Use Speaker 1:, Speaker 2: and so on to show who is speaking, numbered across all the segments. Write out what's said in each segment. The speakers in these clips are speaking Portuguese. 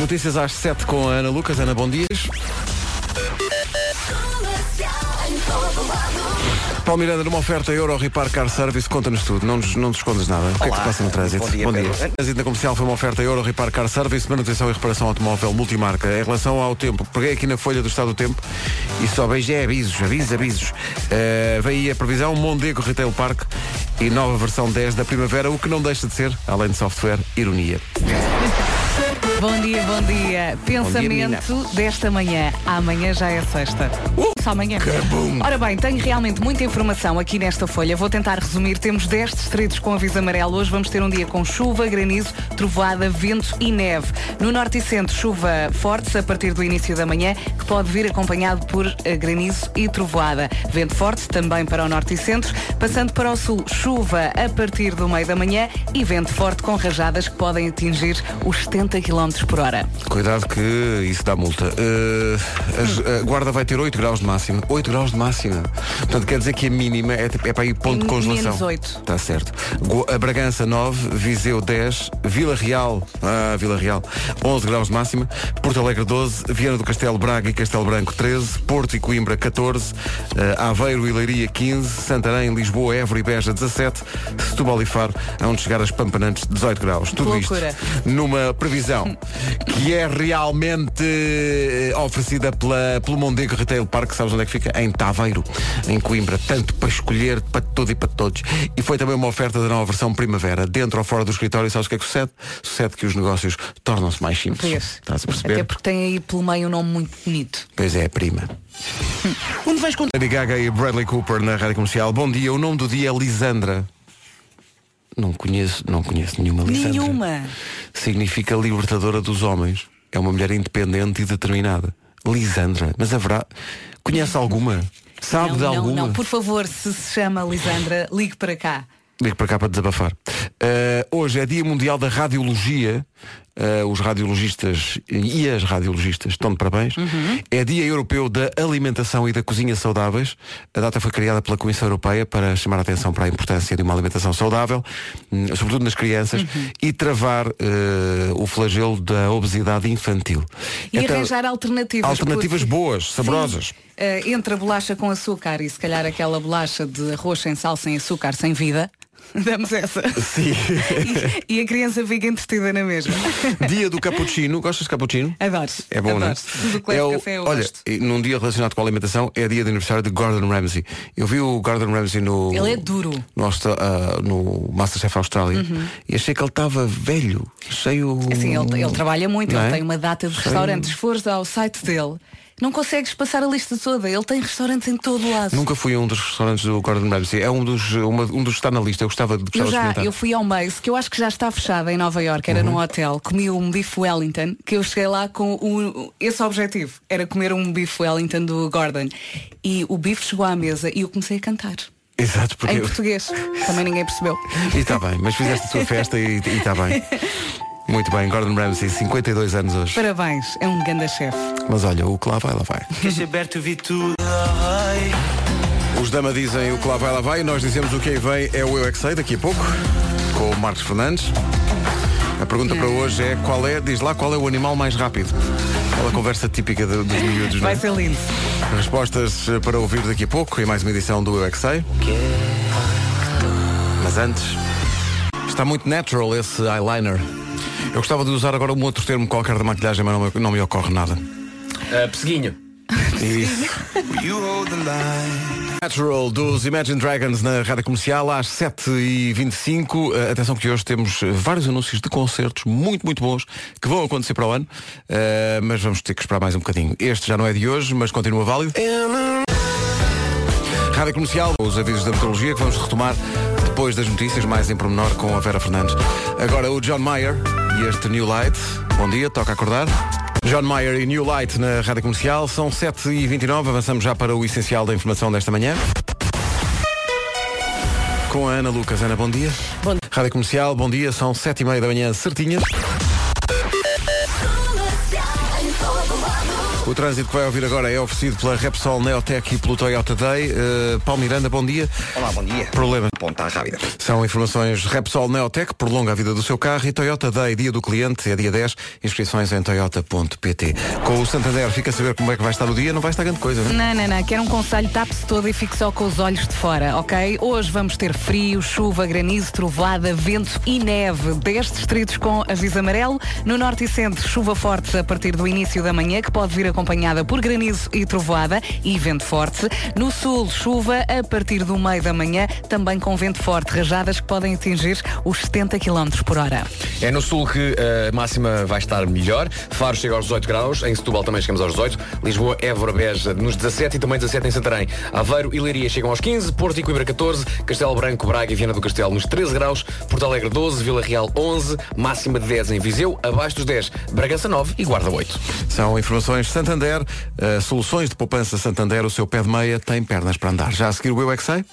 Speaker 1: Notícias às 7 com a Ana Lucas. Ana, bom dias. Paulo Miranda, numa oferta Euro Repar Car Service, conta-nos tudo, não nos, não nos escondes nada. o que é que
Speaker 2: Olá.
Speaker 1: se passa no trânsito?
Speaker 2: Bom dia, Pedro.
Speaker 1: O trânsito na comercial foi uma oferta Euro Repar Car Service, manutenção e reparação automóvel multimarca. Em relação ao tempo, peguei aqui na folha do estado do tempo e só vejo é avisos, avisos, avisos. Uh, vem aí a previsão Mondego Retail Park e nova versão 10 da primavera, o que não deixa de ser, além de software, ironia.
Speaker 3: Bom dia, bom dia. Pensamento desta manhã. Amanhã já é sexta. Só amanhã. Ora bem, tenho realmente muita informação aqui nesta folha. Vou tentar resumir. Temos 10 distritos com aviso amarelo. Hoje vamos ter um dia com chuva, granizo, trovoada, vento e neve. No norte e centro, chuva forte a partir do início da manhã, que pode vir acompanhado por eh, granizo e trovoada. Vento forte também para o norte e centro. Passando para o sul, chuva a partir do meio da manhã e vento forte com rajadas que podem atingir os 70 km por hora.
Speaker 1: Cuidado que isso dá multa. Uh, as- a guarda vai ter 8 graus de máxima. 8 graus de máxima. Portanto, quer dizer que a mínima é, tipo- é para ir ponto de
Speaker 3: Menos
Speaker 1: congelação.
Speaker 3: oito.
Speaker 1: Está certo. Go- A Bragança 9, Viseu 10, Vila Real, ah, Vila Real, 11 graus de máxima, Porto Alegre 12, Viana do Castelo Braga e Castelo Branco 13, Porto e Coimbra 14, eh, Aveiro e Leiria 15, Santarém, Lisboa, Évora e Beja 17, Setúbal e Faro, onde chegar as Pampanantes 18 graus. Tudo
Speaker 3: Loucura.
Speaker 1: isto numa previsão que é realmente eh, oferecida pela, pelo Mondego Retail Park, sabes onde é que fica? Em Taveiro, em Coimbra. Tanto para escolher, para tudo e para todos. E foi também uma oferta da nova versão primavera. Dentro ou fora do escritório, sabes o que é que sucede? Sucede que os negócios tornam-se mais simples.
Speaker 3: Pois.
Speaker 1: Estás a
Speaker 3: Até
Speaker 1: perceber?
Speaker 3: porque tem aí pelo meio um nome muito bonito.
Speaker 1: Pois é, prima.
Speaker 3: Hum.
Speaker 2: Onde vais contar?
Speaker 1: Lady Gaga e Bradley Cooper na Rádio Comercial. Bom dia, o nome do dia é Lisandra. Não conheço, não conheço nenhuma Lisandra.
Speaker 3: Nenhuma.
Speaker 1: Significa libertadora dos homens. É uma mulher independente e determinada. Lisandra. Mas haverá... Conhece alguma? Sabe
Speaker 3: não,
Speaker 1: de
Speaker 3: não,
Speaker 1: alguma?
Speaker 3: não. Por favor, se se chama Lisandra, ligue para cá.
Speaker 1: Ligo para cá para desabafar. Eh, hoje é Dia Mundial da Radiologia. Eh, os radiologistas e as radiologistas estão de parabéns.
Speaker 3: Uhum.
Speaker 1: É Dia Europeu da Alimentação e da Cozinha Saudáveis. A data foi criada pela Comissão Europeia para chamar a atenção para a importância de uma alimentação saudável, hum, sobretudo nas crianças,
Speaker 3: Uhum.
Speaker 1: e travar eh, o flagelo da obesidade infantil.
Speaker 3: E
Speaker 1: Então,
Speaker 3: arranjar alternativas.
Speaker 1: alternativas
Speaker 3: porque-
Speaker 1: boas, saborosas.
Speaker 3: Sim. Eh, entre a bolacha com açúcar e se calhar aquela bolacha de arroz sem sal, sem açúcar, sem vida, damos essa.
Speaker 1: Sim.
Speaker 3: E, e a criança fica entretida na mesma.
Speaker 1: Dia do cappuccino. Gostas de cappuccino?
Speaker 3: Adoro.
Speaker 1: É bom,
Speaker 3: adoro.
Speaker 1: não é?
Speaker 3: Tudo que
Speaker 1: É
Speaker 3: leva
Speaker 1: o-
Speaker 3: café eu
Speaker 1: olha,
Speaker 3: gosto.
Speaker 1: e num dia relacionado com a alimentação é dia de aniversário de Gordon Ramsay. Eu vi o Gordon Ramsay no.
Speaker 3: Ele é duro. Uhum.
Speaker 1: No, Austra- ah, no Masterchef Austrália e achei que ele estava velho, cheio.
Speaker 3: Assim, ele, ele trabalha muito,
Speaker 1: Não
Speaker 3: ele
Speaker 1: é?
Speaker 3: tem uma data de
Speaker 1: Cheio-
Speaker 3: restaurantes. Se fores ao site dele, não consegues passar a lista toda. Ele tem restaurantes em todo o lado.
Speaker 1: Nunca fui a um dos restaurantes do Gordon Ramsay. É um dos, uma- um dos que está na lista. Eu gostava de gostava
Speaker 3: Eu
Speaker 1: de
Speaker 3: já,
Speaker 1: experimentar.
Speaker 3: eu fui ao Mace, que eu acho que já está fechada em Nova York, era num hotel, comi um bife Wellington, que eu cheguei lá com o- esse objetivo, era comer um bife Wellington do Gordon. E o bife chegou à mesa e eu comecei a cantar.
Speaker 1: Exato, porque.
Speaker 3: Em português. Também ninguém percebeu.
Speaker 1: E está bem, mas fizeste a tua festa e e está bem. Muito bem, Gordon Ramsay, 52 anos hoje.
Speaker 3: Parabéns, é um ganda chefe.
Speaker 1: Mas olha, o que lá vai, lá vai. Os Dama dizem o que lá vai, lá vai. Nós dizemos o que aí vem é o Eu é que sei, daqui a pouco, com o Marcos Fernandes. A pergunta para hoje é qual é, diz lá, qual é o animal mais rápido? Aquela conversa típica do- dos miúdos, não
Speaker 3: Vai
Speaker 1: é?
Speaker 3: ser lindo.
Speaker 1: Respostas eh, para ouvir daqui a pouco em mais uma edição do Eu é que sei. Mas antes, está muito natural esse eyeliner. Eu gostava de usar agora um outro termo qualquer da maquilhagem, mas não me, não me ocorre nada.
Speaker 2: Pesguinho.
Speaker 1: Isso. Natural dos Imagine Dragons na rádio comercial às 7h25. Eh, atenção que hoje temos eh, vários anúncios de concertos muito, muito bons que vão acontecer para o ano, Eh, mas vamos ter que esperar mais um bocadinho. Este já não é de hoje, mas continua válido. Rádio Comercial, os avisos da meteorologia que vamos retomar depois das notícias, mais em pormenor com a Vera Fernandes. Agora o John Mayer e este New Light. Bom dia, toca acordar. John Mayer e New Light na Rádio Comercial. São 7h29, avançamos já para o essencial da informação desta manhã. Com a Ana Lucas. Ana, bom dia. Bom dia. Rádio Comercial, bom dia. São 7h30 da manhã, certinhas. O trânsito que vai ouvir agora é oferecido pela Repsol Neotec e pelo Toyota Day. Uh, Paulo Miranda, bom dia.
Speaker 4: Olá, bom tá dia.
Speaker 1: Problema.
Speaker 4: Ponta rápida.
Speaker 1: São informações Repsol Neotec, prolonga a vida do seu carro e Toyota Day, dia do cliente, é dia 10, inscrições em toyota.pt. Com o Santander, fica a saber como é que vai estar o dia, não vai estar grande coisa,
Speaker 3: não é? Não, não, não, quero um conselho, tape-se todo e fique só com os olhos de fora, ok? Hoje vamos ter frio, chuva, granizo, trovada, vento e neve. 10 distritos com aviso amarelo, no norte e centro, chuva forte a partir do início da manhã, que pode vir acompanhada por granizo e trovoada e vento forte. No sul, chuva a partir do meio da manhã, também com vento forte, rajadas que podem atingir os 70 km por hora.
Speaker 2: É no sul que a máxima vai estar melhor. Faro chega aos 18 graus, em Setúbal também chegamos aos 18, Lisboa, Évora, Beja nos 17 e também 17 em Santarém. Aveiro e Leiria chegam aos 15, Porto e Coimbra 14, Castelo Branco, Braga e Viana do Castelo nos 13 graus, Porto Alegre 12, Vila Real 11, máxima de 10 em Viseu, abaixo dos 10, Bragança 9 e Guarda 8.
Speaker 1: São informações Santander, uh, soluções de poupança Santander, o seu pé de meia tem pernas para andar. Já a seguir o Eu é que Sei?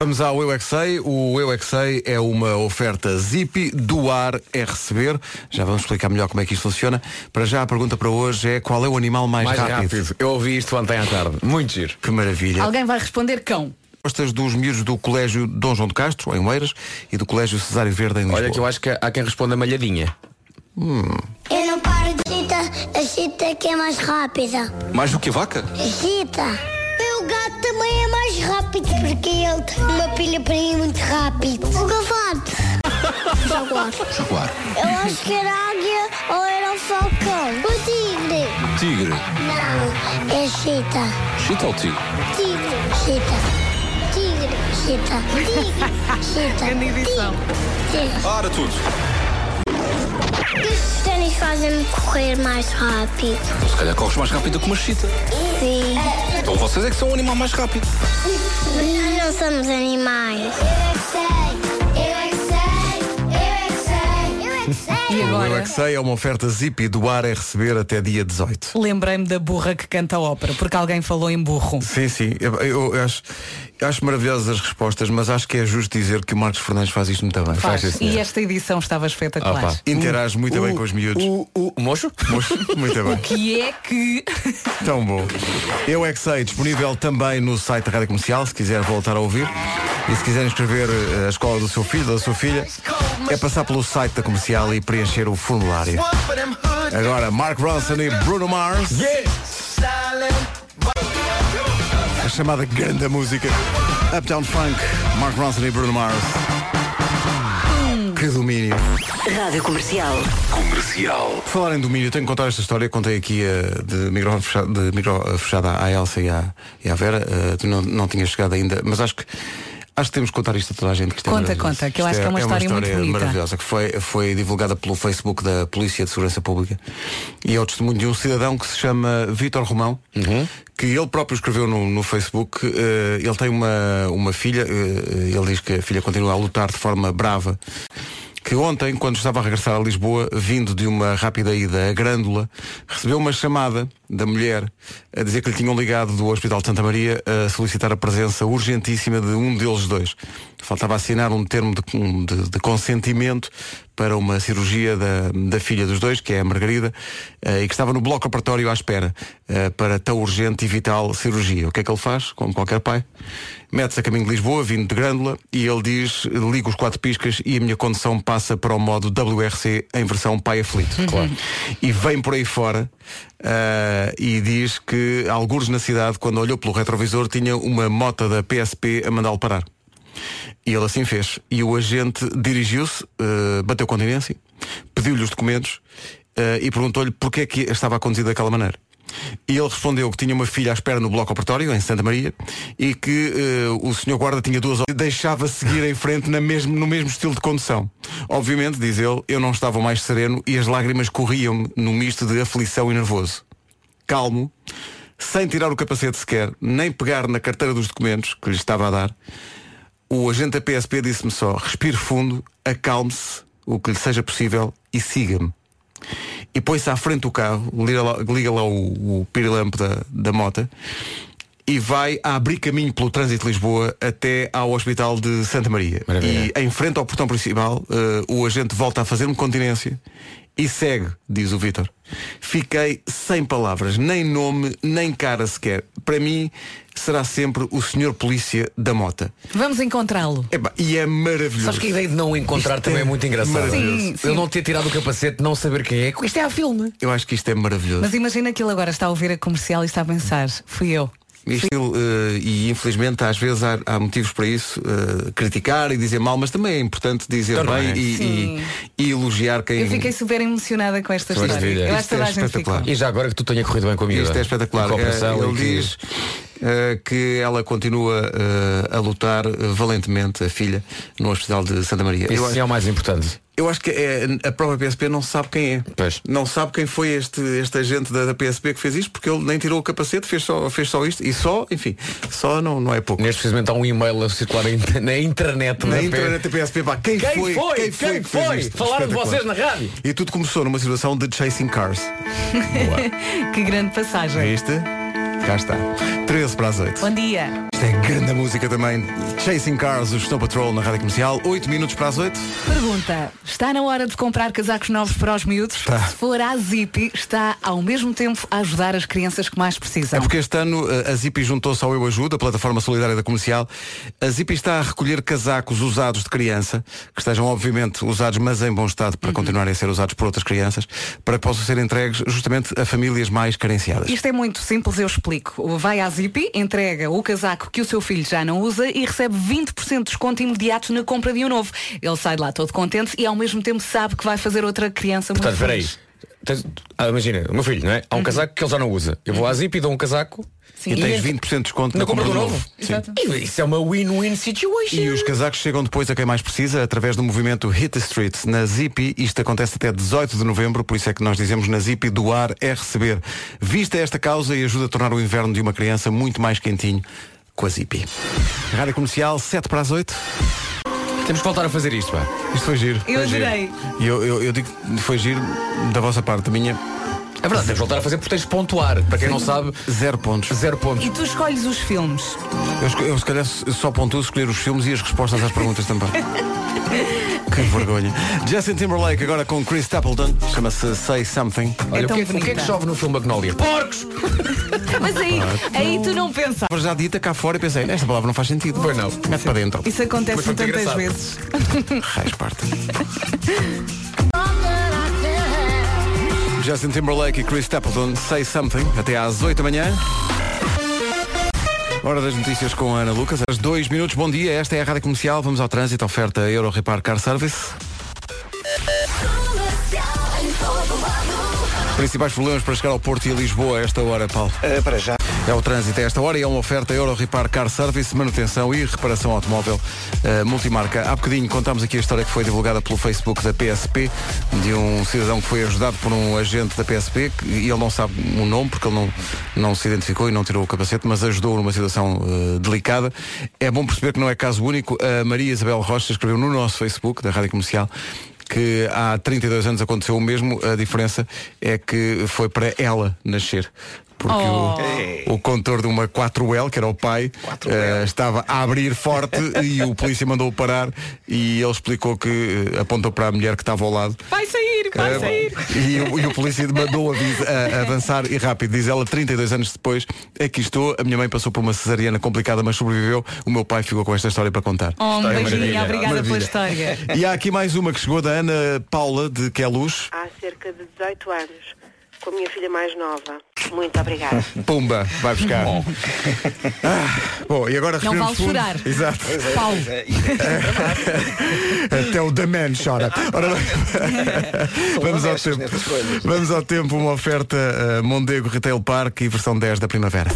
Speaker 1: Vamos ao Eu é que Sei. O Eu é que Sei é uma oferta Zip do ar é receber. Já vamos explicar melhor como é que isto funciona. Para já a pergunta para hoje é qual é o animal mais,
Speaker 2: Mais
Speaker 1: rápido?
Speaker 2: rápido. Eu ouvi isto ontem à tarde. Muito giro.
Speaker 1: Que maravilha.
Speaker 3: Alguém vai responder cão.
Speaker 1: Respostas dos miúdos do Colégio Dom João de Castro, em Oeiras, e do Colégio Cesário Verde, em Lisboa.
Speaker 2: Olha que eu acho que há quem responda malhadinha.
Speaker 5: Eu não paro de gitar. A chita que é mais rápida.
Speaker 1: Mais do que a vaca?
Speaker 5: Chita. O gato também é mais rápido porque ele tem uma pilha para ir muito rápido. O gavado. Jaguar.
Speaker 6: Jaguar.
Speaker 5: Eu acho que era águia ou era um falcão. O tigre.
Speaker 6: Tigre.
Speaker 5: Não, é chita.
Speaker 6: Chita ou tigre?
Speaker 5: Tigre. Chita. Tigre. Chita. Tigre. Chita.
Speaker 3: Grande edição.
Speaker 5: Tigre.
Speaker 6: Para tudo.
Speaker 5: Estes ténis fazem-me correr mais rápido.
Speaker 6: Se calhar corres mais rápido que uma chita.
Speaker 5: Sim.
Speaker 6: Então vocês é que são o animal mais rápido.
Speaker 5: Nós não somos animais. Eu é que sei, eu é que sei, eu é que sei, eu é que sei.
Speaker 3: E
Speaker 1: O Eu é
Speaker 3: agora?
Speaker 1: que Sei é uma oferta Zip do ar é receber até dia 18.
Speaker 3: Lembrei-me da burra que canta ópera, porque alguém falou em burro.
Speaker 1: Sim, sim. Eu, eu- eu acho, eu acho maravilhosas as respostas, mas acho que é justo dizer que o Marcos Fernandes faz isto muito bem.
Speaker 3: Faz.
Speaker 1: sim, senhor.
Speaker 3: E é- Uh, esta edição estava espetacular.
Speaker 2: Opa.
Speaker 1: Interage muito bem com os miúdos.
Speaker 2: O, o, o mocho?
Speaker 1: Moço, Muito bem.
Speaker 3: Que é que.
Speaker 1: Tão bom. Eu é que sei, disponível também no site da Rádio Comercial, se quiser voltar a ouvir. E se quiser inscrever eh, a escola do seu filho, da sua filha, é passar pelo site da comercial e preencher o formulário. Agora, Mark Ronson e Bruno Mars. A chamada grande música. Uptown Funk, Mark Ronson e Bruno Mars. Que domínio.
Speaker 7: Rádio Comercial.
Speaker 1: Por Falar em domínio, tenho que contar esta história. Contei aqui eh, de microfone fechado, de micro- eh, fechado à Elsa e à, e à Vera. Eh, tu não, não tinhas chegado ainda, mas acho que. Acho que temos que contar isto a toda a gente que isto é
Speaker 3: Conta,
Speaker 1: maravilhoso.
Speaker 3: conta, que eu
Speaker 1: Isto
Speaker 3: acho que é uma história muito bonita.
Speaker 1: maravilhosa, que foi, foi divulgada pelo Facebook da Polícia de Segurança Pública. E é o testemunho de um cidadão que se chama Vítor Romão, que ele próprio escreveu no, no Facebook. eh, ele tem uma, uma filha, eh, ele diz que a filha continua a lutar de forma brava que ontem, quando estava a regressar a Lisboa, vindo de uma rápida ida à Grândola, recebeu uma chamada da mulher a dizer que lhe tinham ligado do Hospital de Santa Maria a solicitar a presença urgentíssima de um deles dois. Faltava assinar um termo de, um de- de consentimento para uma cirurgia da, da filha dos dois, que é a Margarida, eh, e que estava no bloco operatório à espera eh, para tão urgente e vital cirurgia. O que é que ele faz, como qualquer pai? Mete-se a caminho de Lisboa, vindo de Grândola, e ele diz, ligo os quatro piscas e a minha condução passa para o modo WRC em versão pai aflito. Claro. E vem por aí fora ah, e diz que, algures na cidade, quando olhou pelo retrovisor, tinha uma mota da PSP a mandá-lo parar. E ele assim fez. E o agente dirigiu-se, eh, bateu continência, pediu-lhe os documentos eh, e perguntou-lhe porque é que estava a conduzir daquela maneira. E ele respondeu que tinha uma filha à espera no bloco operatório, em Santa Maria, e que eh, o senhor guarda tinha duas horas e deixava seguir em frente na mesmo, no mesmo estilo de condução. Obviamente, diz ele, eu não estava mais sereno e as lágrimas corriam-me num misto de aflição e nervoso calmo, sem tirar o capacete sequer, nem pegar na carteira dos documentos que lhe estava a dar, o agente da PSP disse-me só, respire fundo, acalme-se o que lhe seja possível e siga-me. E pôs-se à frente do carro, liga lá, liga lá o, o pirilampo da, da mota e vai a abrir caminho pelo trânsito de Lisboa até ao Hospital de Santa Maria.
Speaker 2: Maravilha.
Speaker 1: E em frente ao portão principal, eh, o agente volta a fazer-me continência E segue, diz o Vitor. Fiquei sem palavras, nem nome, nem cara sequer. Para mim, será sempre o senhor polícia da mota.
Speaker 3: Vamos encontrá-lo.
Speaker 1: Epá, e é maravilhoso.
Speaker 2: Sabes que a ideia de não o encontrar
Speaker 1: Isto
Speaker 2: também é
Speaker 1: é
Speaker 2: muito engraçada.
Speaker 1: maravilhoso.
Speaker 3: Sim, sim.
Speaker 2: Eu não ter tirado o capacete, não saber quem é. Isto é a filme.
Speaker 1: Eu acho que isto é maravilhoso.
Speaker 3: Mas imagina que ele agora está a ouvir a comercial e está a pensar, fui eu.
Speaker 1: Isto, eh, e infelizmente às vezes há, há motivos para isso, eh, criticar e dizer mal, mas também é importante dizer
Speaker 2: Também.
Speaker 1: bem e,
Speaker 3: Sim.
Speaker 1: e- e elogiar quem.
Speaker 3: Eu fiquei super emocionada com esta
Speaker 2: Pois
Speaker 3: história.
Speaker 2: vida.
Speaker 3: Eu acho
Speaker 1: Isto
Speaker 3: que toda
Speaker 1: é
Speaker 3: a gente ficou.
Speaker 1: espetacular.
Speaker 2: E já agora que tu tenha corrido bem com a miúda.
Speaker 1: Isto é espetacular.
Speaker 2: E com a
Speaker 1: Eh,
Speaker 2: operação e
Speaker 1: ele
Speaker 2: que-
Speaker 1: diz eh, que ela continua eh, a lutar eh, valentemente, a filha, no Hospital de Santa Maria. Eu,
Speaker 2: Isso sim
Speaker 1: acho-
Speaker 2: é o mais importante.
Speaker 1: eu acho que eh, a própria PSP não sabe quem é.
Speaker 2: Pois.
Speaker 1: Não sabe quem foi este, este agente da, da PSP que fez isto, porque ele nem tirou o capacete, fez só, fez só isto e só, enfim, só não, não é pouco.
Speaker 2: Neste precisamente há um e-mail a circular in- na internet.
Speaker 1: Na
Speaker 2: da
Speaker 1: internet da PSP, pá, quem,
Speaker 2: Quem
Speaker 1: foi?
Speaker 2: foi? Quem
Speaker 1: que fez
Speaker 2: foi?
Speaker 1: isto?
Speaker 2: Falaram de
Speaker 1: Espetacular.
Speaker 2: vocês na rádio.
Speaker 1: E tudo começou numa situação de Chasing Cars.
Speaker 3: Que grande passagem.
Speaker 1: Viste? Cá está. 13 para as 8.
Speaker 3: Bom dia.
Speaker 1: Isto é grande música também. Chasing Cars, o Snow Patrol na Rádio Comercial. 8 minutos para as 8.
Speaker 3: Pergunta. Está na hora de comprar casacos novos para os miúdos? Se for à Zip, está ao mesmo tempo a ajudar as crianças que mais
Speaker 1: É
Speaker 3: precisam.
Speaker 1: porque este ano eh, a Zipi juntou-se ao Eu Ajudo, a plataforma solidária da comercial. A Zipi está a recolher casacos usados de criança, que estejam obviamente usados, mas em bom estado
Speaker 2: Uhum.
Speaker 1: para continuarem a ser usados por outras crianças, para que possam ser entregues justamente a famílias mais carenciadas.
Speaker 3: Isto é muito simples, eu explico. Vai à Zipi, entrega o casaco que o seu filho já não usa e recebe 20% de desconto imediato na compra de um novo. Ele sai de lá todo contente e ao mesmo tempo sabe que vai fazer outra criança muito
Speaker 2: Portanto, peraí.
Speaker 3: feliz.
Speaker 2: Tens- Ah, imagina, o meu filho, não é? Há um casaco que ele já não usa. Eu vou à Zip e dou um casaco.
Speaker 3: Uhum. Sim.
Speaker 1: E tens
Speaker 2: entra-
Speaker 1: 20% de desconto
Speaker 2: Na compra do novo.
Speaker 1: Sim.
Speaker 2: E Isso é uma win-win situation.
Speaker 1: E os casacos chegam depois a quem mais precisa através do movimento Hit the Streets na Zipi. Isto acontece até 18 de novembro, por isso é que nós dizemos na Zipi doar é receber. Vista esta causa e ajuda a tornar o inverno de uma criança muito mais quentinho com a Zipi. Rádio Comercial, 7 para as 8.
Speaker 2: Temos que voltar a fazer isto, pá.
Speaker 1: Isto foi giro.
Speaker 3: Eu
Speaker 1: Foi giro.
Speaker 3: adorei.
Speaker 1: E eu, eu, eu digo que foi giro da vossa parte, da minha,
Speaker 2: É verdade, temos que voltar a fazer porque tens de pontuar. Para quem não sabe,
Speaker 1: zero pontos.
Speaker 2: zero pontos.
Speaker 3: E tu escolhes os filmes.
Speaker 1: Eu, esco- eu se calhar só pontuo escolher os filmes e as respostas às perguntas também. que vergonha. Justin Timberlake agora com Chris Stapleton. Chama-se Say Something.
Speaker 2: Olha,
Speaker 3: é
Speaker 2: o
Speaker 3: tão
Speaker 2: que, o que é que
Speaker 3: bonita.
Speaker 2: chove no filme Magnolia? Porcos!
Speaker 3: Mas aí, aí tu não pensas.
Speaker 1: Estava já dita cá fora e pensei, esta palavra não faz sentido.
Speaker 2: Pois não.
Speaker 1: Mete para dentro.
Speaker 3: Isso
Speaker 2: Mas
Speaker 3: acontece
Speaker 2: foi
Speaker 3: tantas
Speaker 2: muito engraçado.
Speaker 3: vezes.
Speaker 1: Faz parte. Justin Timberlake e Chris Stapleton, Say Something, até às 8 da manhã. Hora das notícias com a Ana Lucas, às 2 minutos. Bom dia, esta é a Rádio Comercial. Vamos ao trânsito, oferta Euro Repar Car Service. Principais problemas para chegar ao Porto e a Lisboa a esta hora, Paulo?
Speaker 4: para já.
Speaker 1: É o trânsito a esta hora e é uma oferta Euro Repar Car Service, manutenção e reparação automóvel eh, multimarca. Há bocadinho contámos aqui a história que foi divulgada pelo Facebook da PSP, de um cidadão que foi ajudado por um agente da PSP que- e ele não sabe o nome porque ele não, não se identificou e não tirou o capacete, mas ajudou numa situação eh, delicada. É bom perceber que não é caso único. A Maria Isabel Rocha escreveu no nosso Facebook, da Rádio Comercial, que há 32 anos aconteceu o mesmo, a diferença é que foi para ela nascer. Porque
Speaker 3: Oh.
Speaker 1: o, É. o condutor de uma 4L, que era o pai, eh, estava a abrir forte e o polícia mandou parar e ele explicou que eh, apontou para a mulher que estava ao lado.
Speaker 3: Vai sair, vai
Speaker 2: É
Speaker 1: Eh,
Speaker 3: sair.
Speaker 1: e, o, e o polícia mandou aviso, a, a avançar e rápido. Diz ela, 32 anos depois, aqui estou, a minha mãe passou por uma cesariana complicada, mas sobreviveu. O meu pai ficou com esta história para contar.
Speaker 3: Oh, um beijinho,
Speaker 2: é maravilha.
Speaker 3: obrigada pela história.
Speaker 1: E há aqui mais uma que chegou da Ana Paula de é Queluz.
Speaker 7: há cerca de 18 anos, com a minha filha mais nova. Muito obrigada.
Speaker 1: Pumba, vai buscar. Bom, Ah, bom e agora
Speaker 3: Não
Speaker 1: respiramos
Speaker 3: vale
Speaker 1: fundo.
Speaker 3: chorar.
Speaker 1: Exato.
Speaker 2: é,
Speaker 3: Paulo,
Speaker 1: Até o The Man chora. Ora bem, vamos ao tempo. Vamos ao tempo, uma oferta eh, Mondego Retail Park e versão 10 da primavera.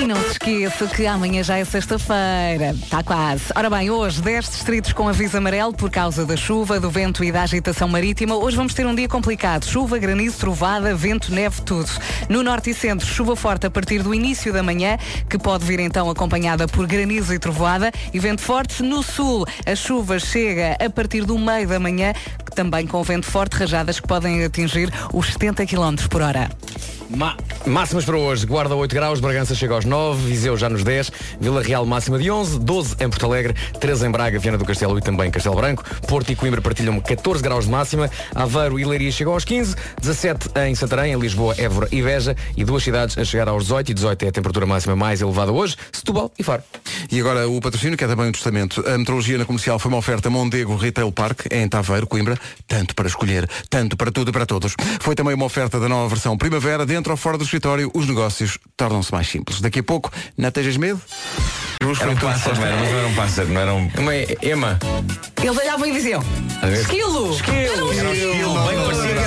Speaker 3: e não se esqueça que amanhã já é sexta-feira. Está quase. Ora bem, hoje 10 distritos com aviso amarelo por causa da chuva, do vento e da agitação marítima. Hoje vamos ter um dia complicado. Chuva, granizo, trovada, vento, neve, tudo. No norte e centro, chuva forte a partir do início da manhã, que pode vir então acompanhada por granizo e trovoada e vento forte. No sul, a chuva chega a partir do meio da manhã, também com vento forte, rajadas que podem atingir os 70 km por hora.
Speaker 2: Ma- Máximas para hoje, Guarda 8 graus, Bragança chega aos 9, Viseu já nos 10, Vila Real máxima de 11, 12 em Porto Alegre, 13 em Braga, Viana do Castelo e também Castelo Branco, Porto e Coimbra partilham 14 graus de máxima, Aveiro e Leiria chegam aos 15, 17 em Santarém, em Lisboa, Évora e Beja e duas cidades a chegar aos 18 e 18 é a temperatura máxima mais elevada hoje, Setúbal e Faro.
Speaker 1: E agora o patrocínio, que é também um testamento. A metrologia na comercial foi uma oferta Mondego Retail Park, em Taveiro, Coimbra. Tanto para escolher, tanto para tudo e para todos. Foi também uma oferta da nova versão Primavera. Dentro ou fora do escritório, os negócios tornam-se mais simples. Daqui a pouco, na Tejas Medo.
Speaker 4: Era um pássaro,
Speaker 2: é?
Speaker 4: não era, mas não era um pássaro, não era um.
Speaker 2: Uma Ema.
Speaker 3: Eles olhavam e diziam Esquilo! Esquilo! Era um esquilo!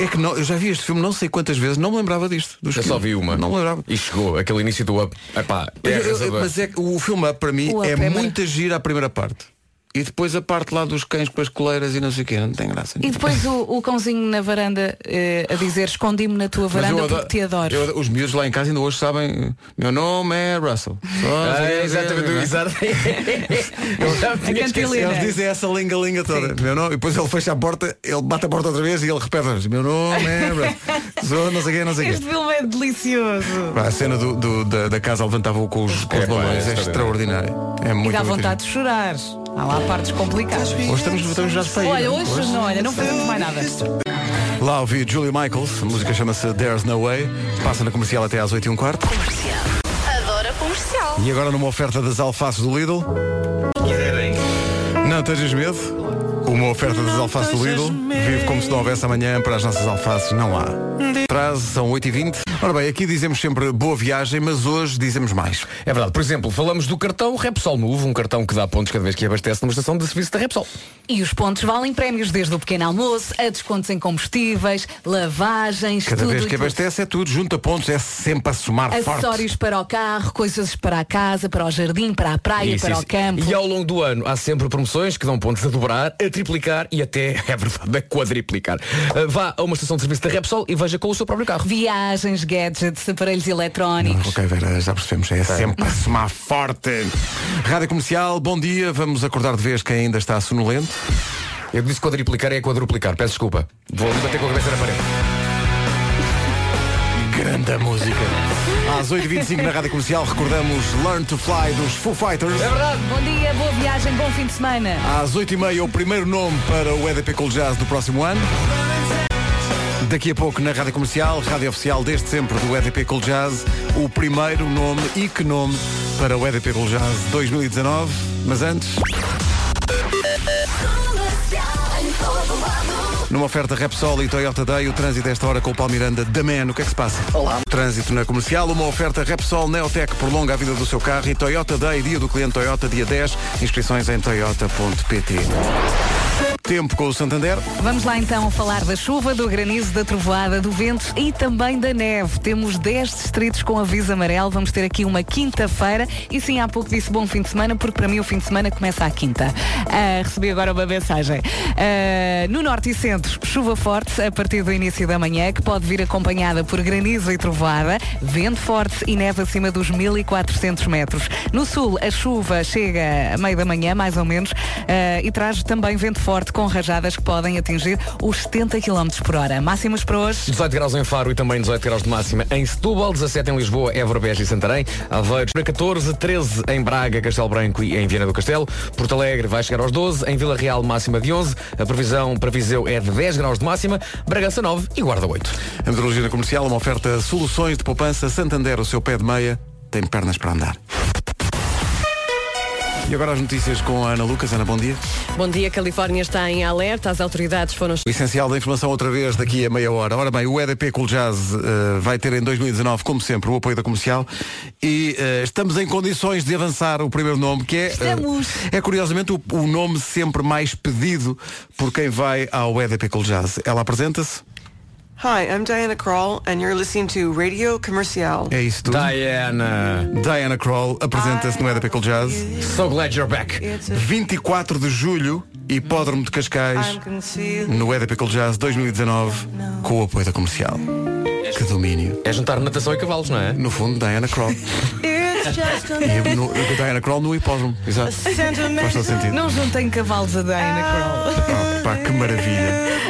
Speaker 1: É que não, eu já vi este filme não sei quantas vezes, não me lembrava disto. dos
Speaker 2: Eu só
Speaker 1: filmes.
Speaker 2: vi uma.
Speaker 1: Não me lembrava.
Speaker 2: E chegou, aquele início do up. Epá, é
Speaker 1: Mas eu- eu-
Speaker 2: arrasador.
Speaker 1: mas é que o filme Up para mim
Speaker 3: O Up
Speaker 1: é,
Speaker 3: é muito-
Speaker 1: muita gira a primeira parte. E depois a parte lá dos cães com as coleiras e não sei o quê, não tem graça.
Speaker 3: E
Speaker 1: nenhuma.
Speaker 3: depois o, o cãozinho na varanda eh, a dizer escondi-me na tua
Speaker 1: Mas eu
Speaker 3: varanda
Speaker 1: adoro-
Speaker 3: porque te adoro.
Speaker 1: eu adoro- os miúdos lá em casa ainda hoje sabem. Meu nome é Russell. Só- assim, né?
Speaker 2: Ah, é exatamente, exato. Eu
Speaker 3: A
Speaker 2: já me tinha esquecido.
Speaker 3: cantilena.
Speaker 1: Eles dizem essa linga-linga toda. Meu nome, e depois ele fecha a porta, ele bate a porta outra vez e ele repete, meu nome é Russell. Sou não sei quem, não sei
Speaker 3: Este
Speaker 1: quem.
Speaker 3: filme é delicioso.
Speaker 1: A cena do- do- da, da casa levantava com os, com os
Speaker 2: É, pá,
Speaker 1: balões
Speaker 2: é
Speaker 1: é extraordinária. É muito
Speaker 3: E dá
Speaker 1: muito
Speaker 3: vontade de chorar. Há lá partes complicadas.
Speaker 1: giro. Hoje estamos, estamos já para ir.
Speaker 3: Olha, hoje não, olha, não fazemos mais nada.
Speaker 1: Lá ouvi Julie Michaels, a música chama-se There's No Way, passa na comercial até às 8 h quarto.
Speaker 8: Adora comercial.
Speaker 1: E agora numa oferta das alfaces do Lidl. Não tenhas medo. Uma oferta das alfaces do Lidl. Vive como se não houvesse amanhã para as nossas alfaces. Não há. Traz, são 8h20. Ora bem, aqui dizemos sempre boa viagem, mas hoje dizemos mais.
Speaker 2: É verdade, por exemplo, falamos do cartão Repsol Move, um cartão que dá pontos cada vez que abastece numa estação de serviço da Repsol.
Speaker 3: E os pontos valem prémios desde o pequeno almoço, a descontos em combustíveis, lavagens,
Speaker 1: Cada
Speaker 3: tudo
Speaker 1: vez
Speaker 3: e
Speaker 1: que
Speaker 3: tudo.
Speaker 1: abastece é tudo, junta pontos, é sempre a somar forte.
Speaker 3: Acessórios para o carro, coisas para a casa, para o jardim, para a praia,
Speaker 2: Isso,
Speaker 3: para
Speaker 2: isso.
Speaker 3: o campo.
Speaker 2: E ao longo do ano há sempre promoções que dão pontos a dobrar, a triplicar e até, é verdade, a quadriplicar. Ah, Vá a uma estação de serviço da Repsol e veja com o seu próprio carro.
Speaker 3: Viagens, gadgets, aparelhos eletrónicos.
Speaker 1: Ok, Vera, já percebemos, é sempre a somar forte. Rádio Comercial, bom dia, vamos acordar de vez quem ainda está sonolento.
Speaker 2: Eu disse quadriplicar é quadruplicar, peço desculpa. Vou ali bater com a cabeça na parede.
Speaker 1: Grande música. Às 8h25 na Rádio Comercial recordamos Learn to Fly dos Foo Fighters.
Speaker 3: Bom dia, boa viagem, bom fim de semana.
Speaker 1: Às 8h30 o primeiro nome para o EDP Cool Jazz do próximo ano. Daqui a pouco na Rádio Comercial, rádio oficial desde sempre do EDP Cool Jazz, o primeiro nome e que nome para o EDP Cool Jazz 2019. Mas antes... Numa oferta Repsol e Toyota Day, o trânsito a esta hora com o Palmiranda da Man. O que é que se passa? Olá. Trânsito na comercial, uma oferta Repsol Neotec prolonga a vida do seu carro e Toyota Day, dia do cliente Toyota, dia 10. Inscrições em toyota.pt. Tempo com o Santander.
Speaker 3: Vamos lá então falar da chuva, do granizo, da trovoada, do vento e também da neve. Temos 10 distritos com aviso amarelo. Vamos ter aqui uma quinta-feira. E sim, há pouco disse bom fim de semana, porque para mim o fim de semana começa à quinta. Ah, recebi agora uma mensagem. Ah, no norte e centro, chuva forte a partir do início da manhã, que pode vir acompanhada por granizo e trovoada, vento forte e neve acima dos 1400 metros. No sul, a chuva chega a meio da manhã, mais ou menos, ah, e traz também vento forte com rajadas que podem atingir os 70 km por hora. Máximas para hoje.
Speaker 2: 18 graus em Faro e também 18 graus de máxima em Setúbal, 17 em Lisboa, Évora, Beja e Santarém, Aveiro para 14, 13 em Braga, Castelo Branco e em Viana do Castelo, Porto Alegre vai chegar aos 12, em Vila Real máxima de 11, a previsão para Viseu é de 10 graus de máxima, Bragança 9 e Guarda 8.
Speaker 1: A meteorologia na comercial, uma oferta soluções de poupança. Santander, o seu pé de meia, tem pernas para andar. E agora as notícias com a Ana Lucas. Ana, bom dia.
Speaker 9: Bom dia, Califórnia está em alerta. As autoridades foram
Speaker 1: O essencial da informação outra vez daqui a meia hora. Ora bem, o EDP Cool Jazz eh, vai ter em 2019, como sempre, o apoio da comercial e eh, estamos em condições de avançar o primeiro nome, que é. eh,
Speaker 3: Estamos.
Speaker 1: é curiosamente o, o nome sempre mais pedido por quem vai ao EDP Cool Jazz. Ela apresenta-se?
Speaker 10: Hi, I'm Diana Krall, and you're listening to Radio Comercial.
Speaker 1: É isso tudo.
Speaker 2: Diana,
Speaker 1: Diana Kroll apresenta-se no EDP Cool Jazz.
Speaker 2: so glad you're back.
Speaker 10: It's a
Speaker 1: 24 de julho, Hipódromo de Cascais,
Speaker 10: I'm concealed.
Speaker 1: no EDP Cool Jazz 2019, com o apoio da comercial. Que domínio.
Speaker 2: É juntar natação e cavalos, não é?
Speaker 1: No fundo, Diana Kroll.
Speaker 10: It's just a
Speaker 1: Eu, no, eu, Diana Kroll no hipódromo, exato. Faz todo
Speaker 10: sentimental
Speaker 1: sentido. Ah,
Speaker 3: Não juntem cavalos
Speaker 9: Ah!
Speaker 3: a Diana Kroll.
Speaker 1: Oh, pá, que maravilha.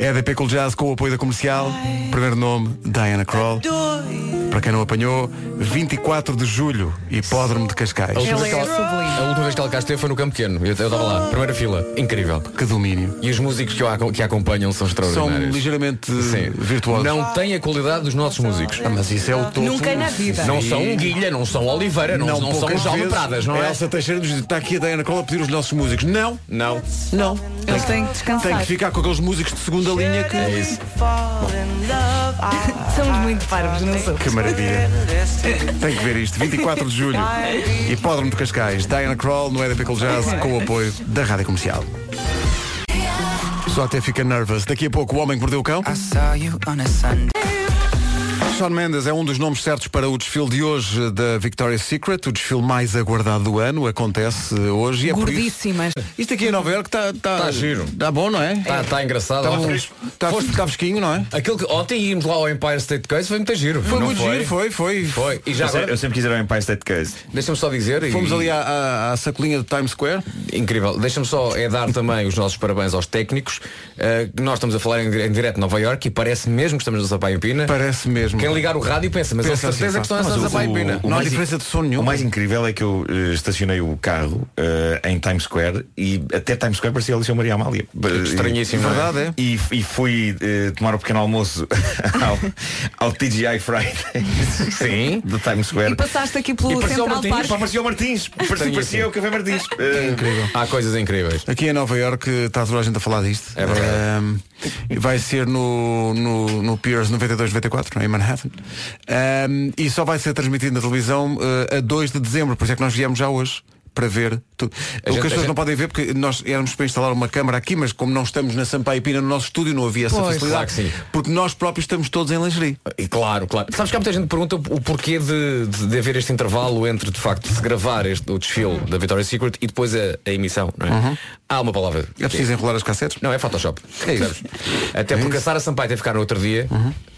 Speaker 1: EDP Cool Jazz com o apoio da comercial. Primeiro nome, Diana Kroll. Para quem não apanhou, 24 de julho, Hipódromo de Cascais.
Speaker 3: é
Speaker 2: A última, vez que ela, a última vez que ela cá esteve foi no Campo Pequeno. Eu estava lá, primeira fila. Incrível.
Speaker 1: Que domínio.
Speaker 2: E os músicos que, o acom- que a acompanham são
Speaker 1: São
Speaker 2: extraordinários.
Speaker 1: ligeiramente
Speaker 2: Sim.
Speaker 1: virtuosos.
Speaker 2: Não têm a qualidade dos nossos músicos.
Speaker 1: Ah, mas isso é o topo.
Speaker 3: Nunca na vida.
Speaker 2: Não são um Guilha, não são Oliveira, não, não, são
Speaker 1: poucas
Speaker 2: os Aldo
Speaker 1: vezes
Speaker 2: Pradas, não é?
Speaker 1: Elsa Teixeira nos diz, está aqui a Diana Kroll a pedir os nossos músicos. Não,
Speaker 2: Não.
Speaker 1: não.
Speaker 3: Eles têm que descansar.
Speaker 1: Tem que ficar com aqueles músicos de segunda linha que...
Speaker 2: É isso.
Speaker 3: Somos muito parvos, não sou?
Speaker 1: Que maravilha. Tem que ver isto. 24 de julho. Hipódromo de Cascais. Diana Kroll no EDP Cool Jazz com o apoio da Rádio Comercial. Só até fica nervous. Daqui a pouco o homem que mordeu o cão. Sean Mendes é um dos nomes certos para o desfile de hoje da Victoria's Secret, o desfile mais aguardado do ano, acontece eh, hoje e é por isso.
Speaker 3: Gordíssimas.
Speaker 1: Isto aqui em Nova Iorque está tá,
Speaker 2: Tá giro.
Speaker 1: Está bom, não é?
Speaker 2: Está tá engraçado.
Speaker 1: Está
Speaker 2: Ontem-
Speaker 1: tá, tá fresquinho, não é?
Speaker 2: Aquilo que ontem íamos lá ao Empire State Case foi muito giro.
Speaker 1: Foi
Speaker 2: não
Speaker 1: muito giro, foi, foi.
Speaker 2: Foi. E já
Speaker 4: Eu, se-
Speaker 2: agora,
Speaker 4: eu sempre quis ir ao Empire State Case.
Speaker 2: deixa-me só dizer. e-
Speaker 1: Fomos ali à, à, à sacolinha de Times Square.
Speaker 2: Incrível. Deixa-me só é dar também os nossos parabéns aos técnicos. Eh, nós estamos a falar em, dire- em direto de Nova York e parece mesmo que estamos na Sampaio Pina.
Speaker 1: Parece mesmo.
Speaker 2: Quem ligar o rádio pensa, mas
Speaker 1: Pensa
Speaker 2: a
Speaker 1: assim,
Speaker 2: certeza
Speaker 1: pá.
Speaker 2: que estão
Speaker 1: Mas
Speaker 2: na
Speaker 1: o-
Speaker 2: Sampaio Pina.
Speaker 1: Não há
Speaker 4: mais-
Speaker 1: diferença de som nenhuma.
Speaker 4: O mais incrível é que eu eh, estacionei o carro eh, em Times Square e até Times Square parecia Alicia Maria Amália. Eh,
Speaker 2: Estranhíssimo,
Speaker 4: E-
Speaker 2: não é?
Speaker 1: Verdade, é.
Speaker 4: E, e fui eh, tomar o pequeno almoço ao, ao TGI Friday
Speaker 2: Sim.
Speaker 4: do Times Square.
Speaker 3: E passaste aqui pelo
Speaker 2: E pareceu
Speaker 3: Central
Speaker 2: Martins,
Speaker 3: Park.
Speaker 4: Pá, parecia o Martins, parecia, parecia o Café Martins.
Speaker 2: É
Speaker 4: Eh,
Speaker 2: Há coisas incríveis.
Speaker 1: Aqui em Nova Iorque está toda a gente a falar disto.
Speaker 2: É verdade.
Speaker 1: Ahm, vai ser no, no, no Piers 92-94, é? em Manhattan. Ahm, e só vai ser transmitido na televisão eh, a 2 de dezembro, por isso é que nós viemos já hoje para ver tudo. O que
Speaker 2: gente-
Speaker 1: as
Speaker 2: a
Speaker 1: pessoas
Speaker 2: gente-
Speaker 1: não podem ver, porque nós éramos para instalar uma câmara aqui, mas como não estamos na Sampaio Pina, no nosso estúdio não havia essa
Speaker 3: Pois.
Speaker 1: facilidade,
Speaker 2: Claro que sim.
Speaker 1: porque nós próprios estamos todos em lingerie.
Speaker 2: E claro, claro. Sabes que há muita gente que pergunta o porquê de, de, de haver este intervalo entre, de facto, se gravar este, o desfile da Victoria's Secret e depois a, a emissão, não é? Há uma palavra.
Speaker 1: É Uhum. preciso enrolar as cassetes?
Speaker 2: Não, é Photoshop.
Speaker 1: É isso. É Uhum.
Speaker 2: Sabes? Até porque a Sara Sampaio teve cá no outro dia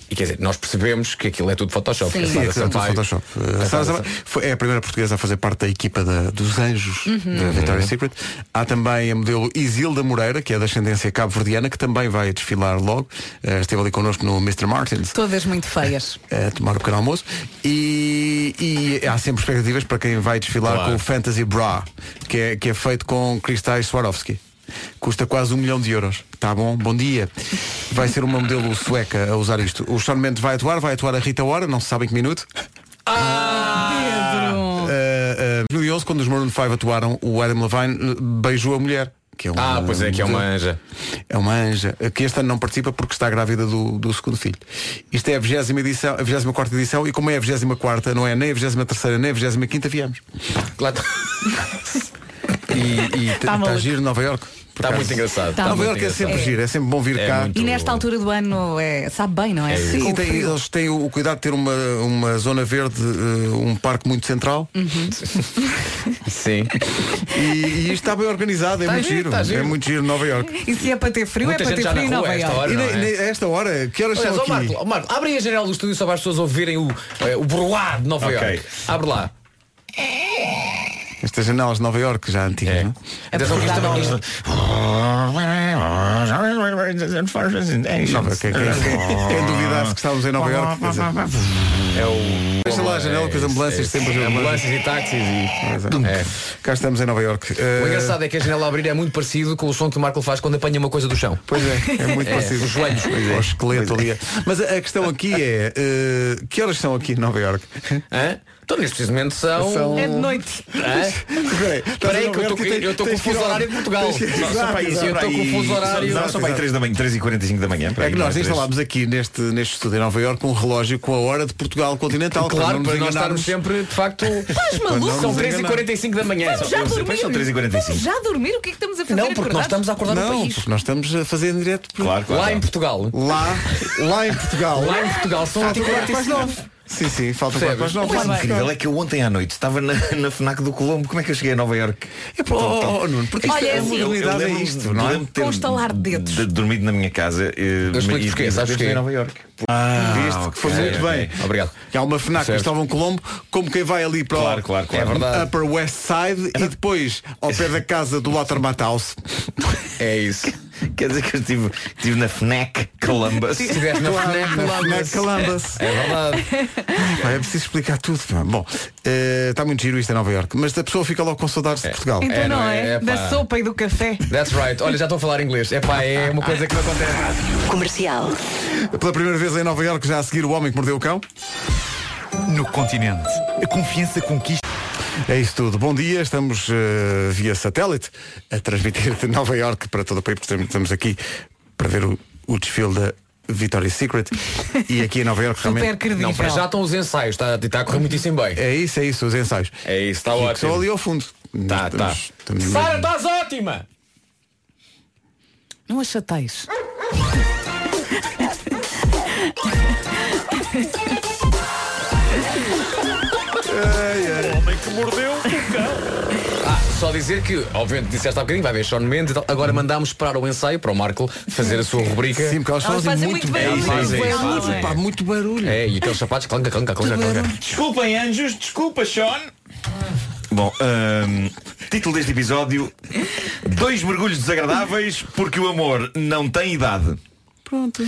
Speaker 2: e quer dizer, nós percebemos que aquilo é tudo Photoshop.
Speaker 3: Sim.
Speaker 2: A
Speaker 1: Sim,
Speaker 2: Sara
Speaker 1: é tudo
Speaker 2: Sampaio-
Speaker 1: Photoshop.
Speaker 2: a
Speaker 1: A Sara
Speaker 2: Sara
Speaker 1: Sampaio foi- é a primeira portuguesa a fazer parte da equipa da- dos anjos da Victoria's Secret. Há também a modelo Isilda Moreira, que é da ascendência cabo-verdiana, que também vai desfilar logo. Eh, Esteve ali connosco no Mr. Martins eh,
Speaker 3: Todas muito feias.
Speaker 1: a tomar o pequeno almoço e, e há sempre expectativas para quem vai desfilar
Speaker 2: Claro.
Speaker 1: com o Fantasy Bra que é, que é feito com cristais Swarovski custa quase um milhão de euros tá bom, bom dia vai ser uma modelo sueca a usar isto o Sean Mendes vai atuar, vai atuar a Rita Ora não se sabe em que minuto
Speaker 3: Pedro.
Speaker 1: em 2011, Eh, quando os Maroon 5 atuaram, o Adam Levine eh, beijou a mulher. Que é uma,
Speaker 2: Ah, pois é, que é uma anja.
Speaker 1: É uma anja. eh, Que este ano não participa porque está grávida do, do segundo filho. Isto é a 20 edição, a 24 edição e como é a 24 não é nem a 23 nem a 25 viemos.
Speaker 2: Claro.
Speaker 1: E está
Speaker 3: maluco.
Speaker 1: giro Nova York.
Speaker 2: Está Tá muito engraçado.
Speaker 3: Tá.
Speaker 2: Tá
Speaker 1: Nova
Speaker 2: muito
Speaker 1: York é sempre
Speaker 2: engraçado.
Speaker 1: giro, é sempre bom vir
Speaker 2: É
Speaker 1: cá.
Speaker 2: muito
Speaker 3: E nesta altura do ano é, sabe bem, não é?
Speaker 1: Sim,
Speaker 3: Com
Speaker 1: tem-
Speaker 3: frio.
Speaker 1: eles têm o o cuidado de ter uma, uma zona verde, eh, um parque muito central
Speaker 2: Uhum. Sim.
Speaker 1: e, e isto está bem organizado, é
Speaker 2: Tá
Speaker 1: muito
Speaker 2: giro,
Speaker 1: giro,
Speaker 2: tá
Speaker 1: é
Speaker 2: giro.
Speaker 1: muito giro Nova York.
Speaker 3: E se é para ter frio,
Speaker 2: Muita
Speaker 3: é para
Speaker 2: gente
Speaker 3: ter
Speaker 2: já na
Speaker 3: frio em
Speaker 2: rua
Speaker 3: Nova
Speaker 2: a esta
Speaker 3: York.
Speaker 2: hora,
Speaker 1: E
Speaker 2: não
Speaker 1: nem-
Speaker 2: é?
Speaker 1: nem a esta hora, que horas
Speaker 2: Aliás,
Speaker 1: são
Speaker 2: ó
Speaker 1: aqui?
Speaker 2: Marco, ó Marco, abre aí a janela do estúdio só para as pessoas ouvirem o, eh, o burlar de Nova
Speaker 4: Ok.
Speaker 2: Iorque. Abre lá.
Speaker 1: Estas janelas de Nova Iorque já antigas,
Speaker 2: É.
Speaker 1: não?
Speaker 2: Atenção que isto também- isto-
Speaker 1: Nova, quem, quem, quem duvidasse que estávamos em Nova Iorque, quer dizer,
Speaker 2: É o.
Speaker 1: Deixa lá a janela, que as ambulâncias sempre ajudam.
Speaker 2: É, Ambulâncias e táxis e. É.
Speaker 1: cá estamos em Nova Iorque. Eh,
Speaker 2: O engraçado é que a janela a abrir é muito parecido com o som que o Marco faz quando apanha uma coisa do chão.
Speaker 1: Pois é, é muito
Speaker 2: É,
Speaker 1: parecido.
Speaker 2: os joelhos.
Speaker 1: Pois é. O esqueleto ali. Mas a a questão aqui é, eh, que horas são aqui em Nova Iorque?
Speaker 2: Hã? Então neste preciso momento são.
Speaker 1: São-
Speaker 3: É de noite.
Speaker 2: Hã?
Speaker 1: Peraí,
Speaker 2: Peraí, que eu tô com- eu tô com o fuso horário de Portugal. Não,
Speaker 4: Só para aí-
Speaker 2: Eu estou com o fuso horário.
Speaker 4: Só, só para aí 3 da manhã, 3 e 45 da manhã. para
Speaker 1: É
Speaker 4: aí,
Speaker 1: que nós
Speaker 4: não é?
Speaker 1: instalámos aqui neste, neste estúdio em Nova Iorque um relógio com a hora de Portugal continental.
Speaker 2: Claro,
Speaker 1: não nos
Speaker 2: para nós estarmos
Speaker 1: enganarmos.
Speaker 2: sempre, de facto. Estás
Speaker 1: maluco?
Speaker 2: São 3h45 da manhã.
Speaker 3: Já dormir.
Speaker 4: Depois são 3h45.
Speaker 3: Vamos Já dormir? O que é que estamos a fazer?
Speaker 2: Não, porque
Speaker 3: acordados?
Speaker 2: nós estamos a acordar no
Speaker 1: Não,
Speaker 2: país.
Speaker 1: porque nós estamos a fazer em direto. por-
Speaker 4: Claro, claro.
Speaker 2: Lá em
Speaker 4: claro.
Speaker 2: Portugal.
Speaker 1: Lá, lá em Portugal.
Speaker 2: Lá em Portugal são
Speaker 1: Falta 4 para as
Speaker 2: 45.
Speaker 1: 9. Sim, sim, falta 4
Speaker 2: Percebes?
Speaker 1: para as 9.
Speaker 4: O incrível é que eu ontem à noite estava na, na FNAC do Colombo. Como é que eu cheguei a Nova Iorque?
Speaker 1: É pá, oh, oh, Nuno, porque isto
Speaker 3: Olha,
Speaker 1: é
Speaker 3: assim,
Speaker 1: uma realidade, é isto, não é?
Speaker 4: ter
Speaker 3: Com estalar de dedos.
Speaker 4: d- dormido na minha casa eh,
Speaker 2: explico
Speaker 4: e-
Speaker 2: porquê,
Speaker 4: e-
Speaker 2: sabes
Speaker 4: e-
Speaker 2: porquê?
Speaker 4: em Nova Iorque.
Speaker 1: Viste que foi
Speaker 2: ok,
Speaker 1: muito
Speaker 2: ok.
Speaker 1: bem.
Speaker 2: Obrigado.
Speaker 1: Que Há uma FNAC
Speaker 2: Certo.
Speaker 1: Cristóvão Colombo, como quem vai ali para
Speaker 4: Claro,
Speaker 1: o
Speaker 4: claro, claro.
Speaker 2: É verdade.
Speaker 1: Upper West Side e depois ao pé da casa do Lothar Matthaus.
Speaker 2: É isso.
Speaker 4: Quer dizer que eu estive, estive na FNAC Columbus.
Speaker 2: Se estivesse na FNAC Columbus. É verdade.
Speaker 1: Pá, é preciso explicar tudo. pá. Bom, eh, está muito giro isto em Nova Iorque, mas a pessoa fica logo com saudades de Portugal.
Speaker 3: Então
Speaker 2: É,
Speaker 3: não,
Speaker 2: não
Speaker 3: é?
Speaker 2: é? É,
Speaker 3: da
Speaker 2: pá.
Speaker 3: sopa e do café.
Speaker 2: That's right. Olha, já estou a falar inglês. É pá, é uma coisa que não acontece.
Speaker 8: Comercial.
Speaker 2: É.
Speaker 1: Pela primeira vez em Nova Iorque, já a seguir o homem que mordeu o cão.
Speaker 11: No continente, a confiança conquista.
Speaker 1: É isso tudo. Bom dia, estamos eh, via satélite a transmitir de Nova Iorque para todo o país. Portanto, Estamos aqui para ver o, o desfile da Victoria's Secret. E aqui em Nova Iorque
Speaker 3: Super
Speaker 1: realmente.
Speaker 3: credível.
Speaker 2: Não, para já estão os ensaios. Está, está a correr muitíssimo bem.
Speaker 1: É isso, é isso, os ensaios.
Speaker 2: É isso, está
Speaker 1: E que Só
Speaker 2: ótimo.
Speaker 1: ali ao fundo.
Speaker 2: Tá,
Speaker 1: Estamos-
Speaker 2: tá.
Speaker 1: estamos mesmo-
Speaker 2: Sara, estás ótima!
Speaker 3: Não a chateis.
Speaker 2: Ah, só dizer que, obviamente, disseste há bocadinho, vai ver Sean Mendes e tal. Agora mandámos parar o ensaio para o Marco fazer a sua rubrica.
Speaker 1: Sim, porque elas
Speaker 3: Elas
Speaker 1: fazem
Speaker 3: fazem
Speaker 1: muito
Speaker 4: É
Speaker 3: muito
Speaker 11: é
Speaker 1: barulho.
Speaker 2: barulho,
Speaker 1: Fazem,
Speaker 2: fazem,
Speaker 1: fazem.
Speaker 2: fazem.
Speaker 1: Pá, muito barulho.
Speaker 2: É, e aqueles sapatos clanca, clanca, clanca, clanca, clanca.
Speaker 11: Desculpem, anjos, desculpa, Sean.
Speaker 4: Bom, hum, título deste episódio: Dois mergulhos desagradáveis porque o amor não tem idade.
Speaker 3: Pronto.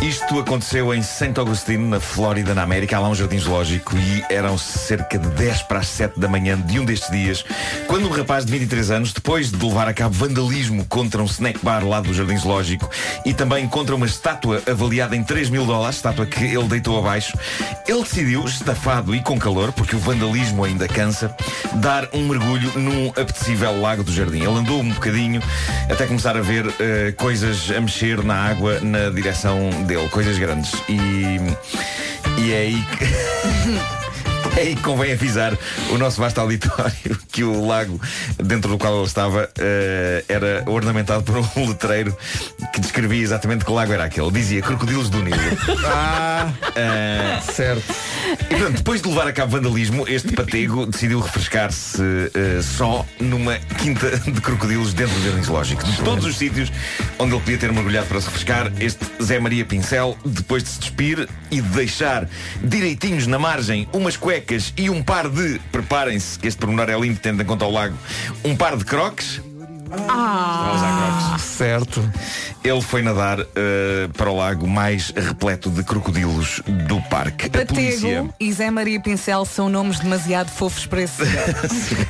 Speaker 4: Isto aconteceu em Santo Agostinho, na Flórida, na América. Há lá um jardim zoológico e eram cerca de 10 para as 7 da manhã de um destes dias, quando um rapaz de 23 anos, depois de levar a cabo vandalismo contra um snack bar lá do jardim zoológico e também contra uma estátua avaliada em 3 mil dólares, estátua que ele deitou abaixo, ele decidiu, estafado e com calor, porque o vandalismo ainda cansa, dar um mergulho num apetecível lago do jardim. Ele andou um bocadinho até começar a ver eh, coisas a mexer na água na direção dele, coisas grandes. E, e é aí que. É aí que convém avisar o nosso vasto auditório que o lago dentro do qual ele estava eh, era ornamentado por um letreiro que descrevia exatamente que lago era aquele. Dizia Crocodilos do Nilo.
Speaker 1: Ah,
Speaker 4: Eh,
Speaker 1: certo.
Speaker 4: e portanto, depois de levar a cabo vandalismo, este patego decidiu refrescar-se eh, só numa quinta de crocodilos dentro do jardim zoológico. De todos os sítios onde ele podia ter mergulhado para se refrescar, este Zé Maria Pincel, depois de se despir e de deixar direitinhos na margem umas cuecas e um par de, preparem-se, que este pormenor é lindo, tendo em conta o lago, um par de crocs,
Speaker 1: Certo.
Speaker 4: ele foi nadar eh, para o lago mais repleto de crocodilos do parque. A polícia...
Speaker 3: Patego e Zé Maria Pincel são nomes demasiado fofos para esse.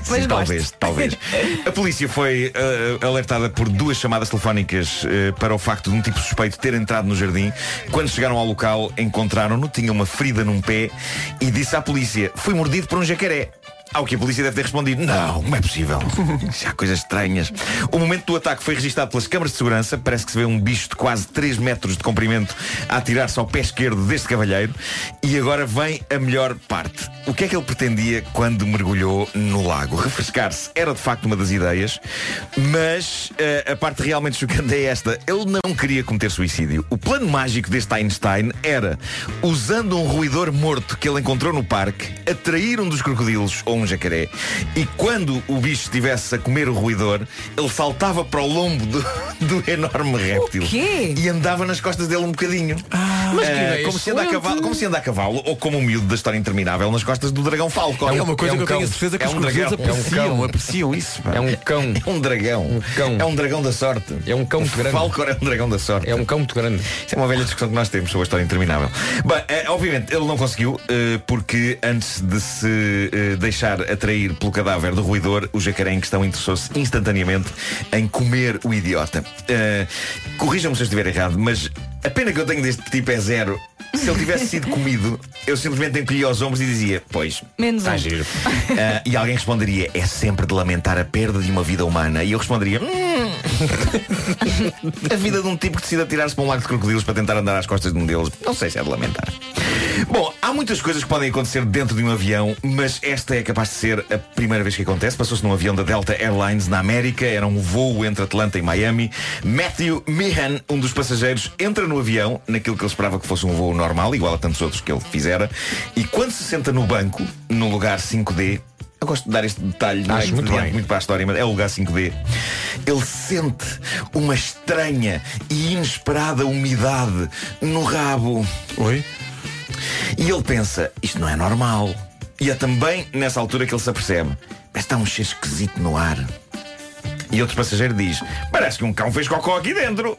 Speaker 3: Mas
Speaker 4: Sim, talvez,
Speaker 3: gosto.
Speaker 4: talvez. A polícia foi eh, alertada por duas chamadas telefónicas eh, para o facto de um tipo suspeito ter entrado no jardim. Quando chegaram ao local, encontraram-no, tinha uma ferida num pé e disse à polícia, fui mordido por um jacaré. Ao que a polícia deve ter respondido, não, não é possível. Já há coisas estranhas. O momento do ataque foi registado pelas câmaras de segurança. Parece que se vê um bicho de quase 3 metros de comprimento a atirar-se ao pé esquerdo deste cavalheiro. E agora vem a melhor parte. O que é que ele pretendia quando mergulhou no lago? Refrescar-se era de facto uma das ideias, mas eh, a parte realmente chocante é esta. Ele não queria cometer suicídio. O plano mágico deste Einstein era, usando um ruidor morto que ele encontrou no parque, atrair um dos crocodilos ou um jacaré. E quando o bicho estivesse a comer o ruidor, ele saltava para o lombo do, do enorme réptil.
Speaker 3: quê?
Speaker 4: E andava nas costas dele um bocadinho.
Speaker 2: Mas que
Speaker 4: Eh,
Speaker 2: ideia
Speaker 4: como, se anda a
Speaker 2: excelente.
Speaker 4: cavalo, como se anda a cavalo, ou como o miúdo da história interminável, nas costas do dragão Falcon.
Speaker 1: É uma coisa
Speaker 2: É um
Speaker 1: que eu tenho a
Speaker 2: cão.
Speaker 1: certeza que
Speaker 4: É
Speaker 1: os
Speaker 4: um
Speaker 1: crocodilos
Speaker 4: dragão. É um
Speaker 1: apreciam,
Speaker 2: cão.
Speaker 1: apreciam isso. pá.
Speaker 2: É um cão.
Speaker 4: É um dragão.
Speaker 2: cão.
Speaker 4: É um dragão da sorte.
Speaker 2: É um cão muito grande.
Speaker 4: Falcon é um dragão da sorte.
Speaker 2: É um cão muito grande.
Speaker 4: Isso é uma velha discussão que nós temos sobre a história interminável. Bem, eh, obviamente ele não conseguiu, eh, porque antes de se eh, deixar atrair pelo cadáver do ruidor, o jacaré em questão interessou-se instantaneamente em comer o idiota. Eh, Corrijam-me se eu estiver errado, mas a pena que eu tenho deste tipo é zero. Se ele tivesse sido comido, eu simplesmente encolhia os ombros e dizia, pois,
Speaker 3: Menos
Speaker 4: está
Speaker 3: um.
Speaker 4: giro. Ah, e alguém responderia, é sempre de lamentar a perda de uma vida humana. E eu responderia, "Hum." a vida de um tipo que decide atirar-se para um lago de crocodilos para tentar andar às costas de um deles. Não sei se é de lamentar. Bom, há muitas coisas que podem acontecer dentro de um avião, mas esta é capaz de ser a primeira vez que acontece. Passou-se num avião da Delta Airlines na América, era um voo entre Atlanta e Miami. Matthew Meehan, um dos passageiros, entra no avião, naquilo que ele esperava que fosse um voo normal, igual a tantos outros que ele fizera, e quando se senta no banco, no lugar 5D, eu gosto de dar este detalhe não é
Speaker 2: muito
Speaker 4: muito,
Speaker 2: bem.
Speaker 4: muito para a história, mas é o lugar 5D. Ele sente uma estranha e inesperada umidade no rabo.
Speaker 1: Oi?
Speaker 4: E ele pensa, isto não é normal. E é também nessa altura que ele se apercebe, mas está um cheiro esquisito no ar. E outro passageiro diz, parece que um cão fez cocó aqui dentro.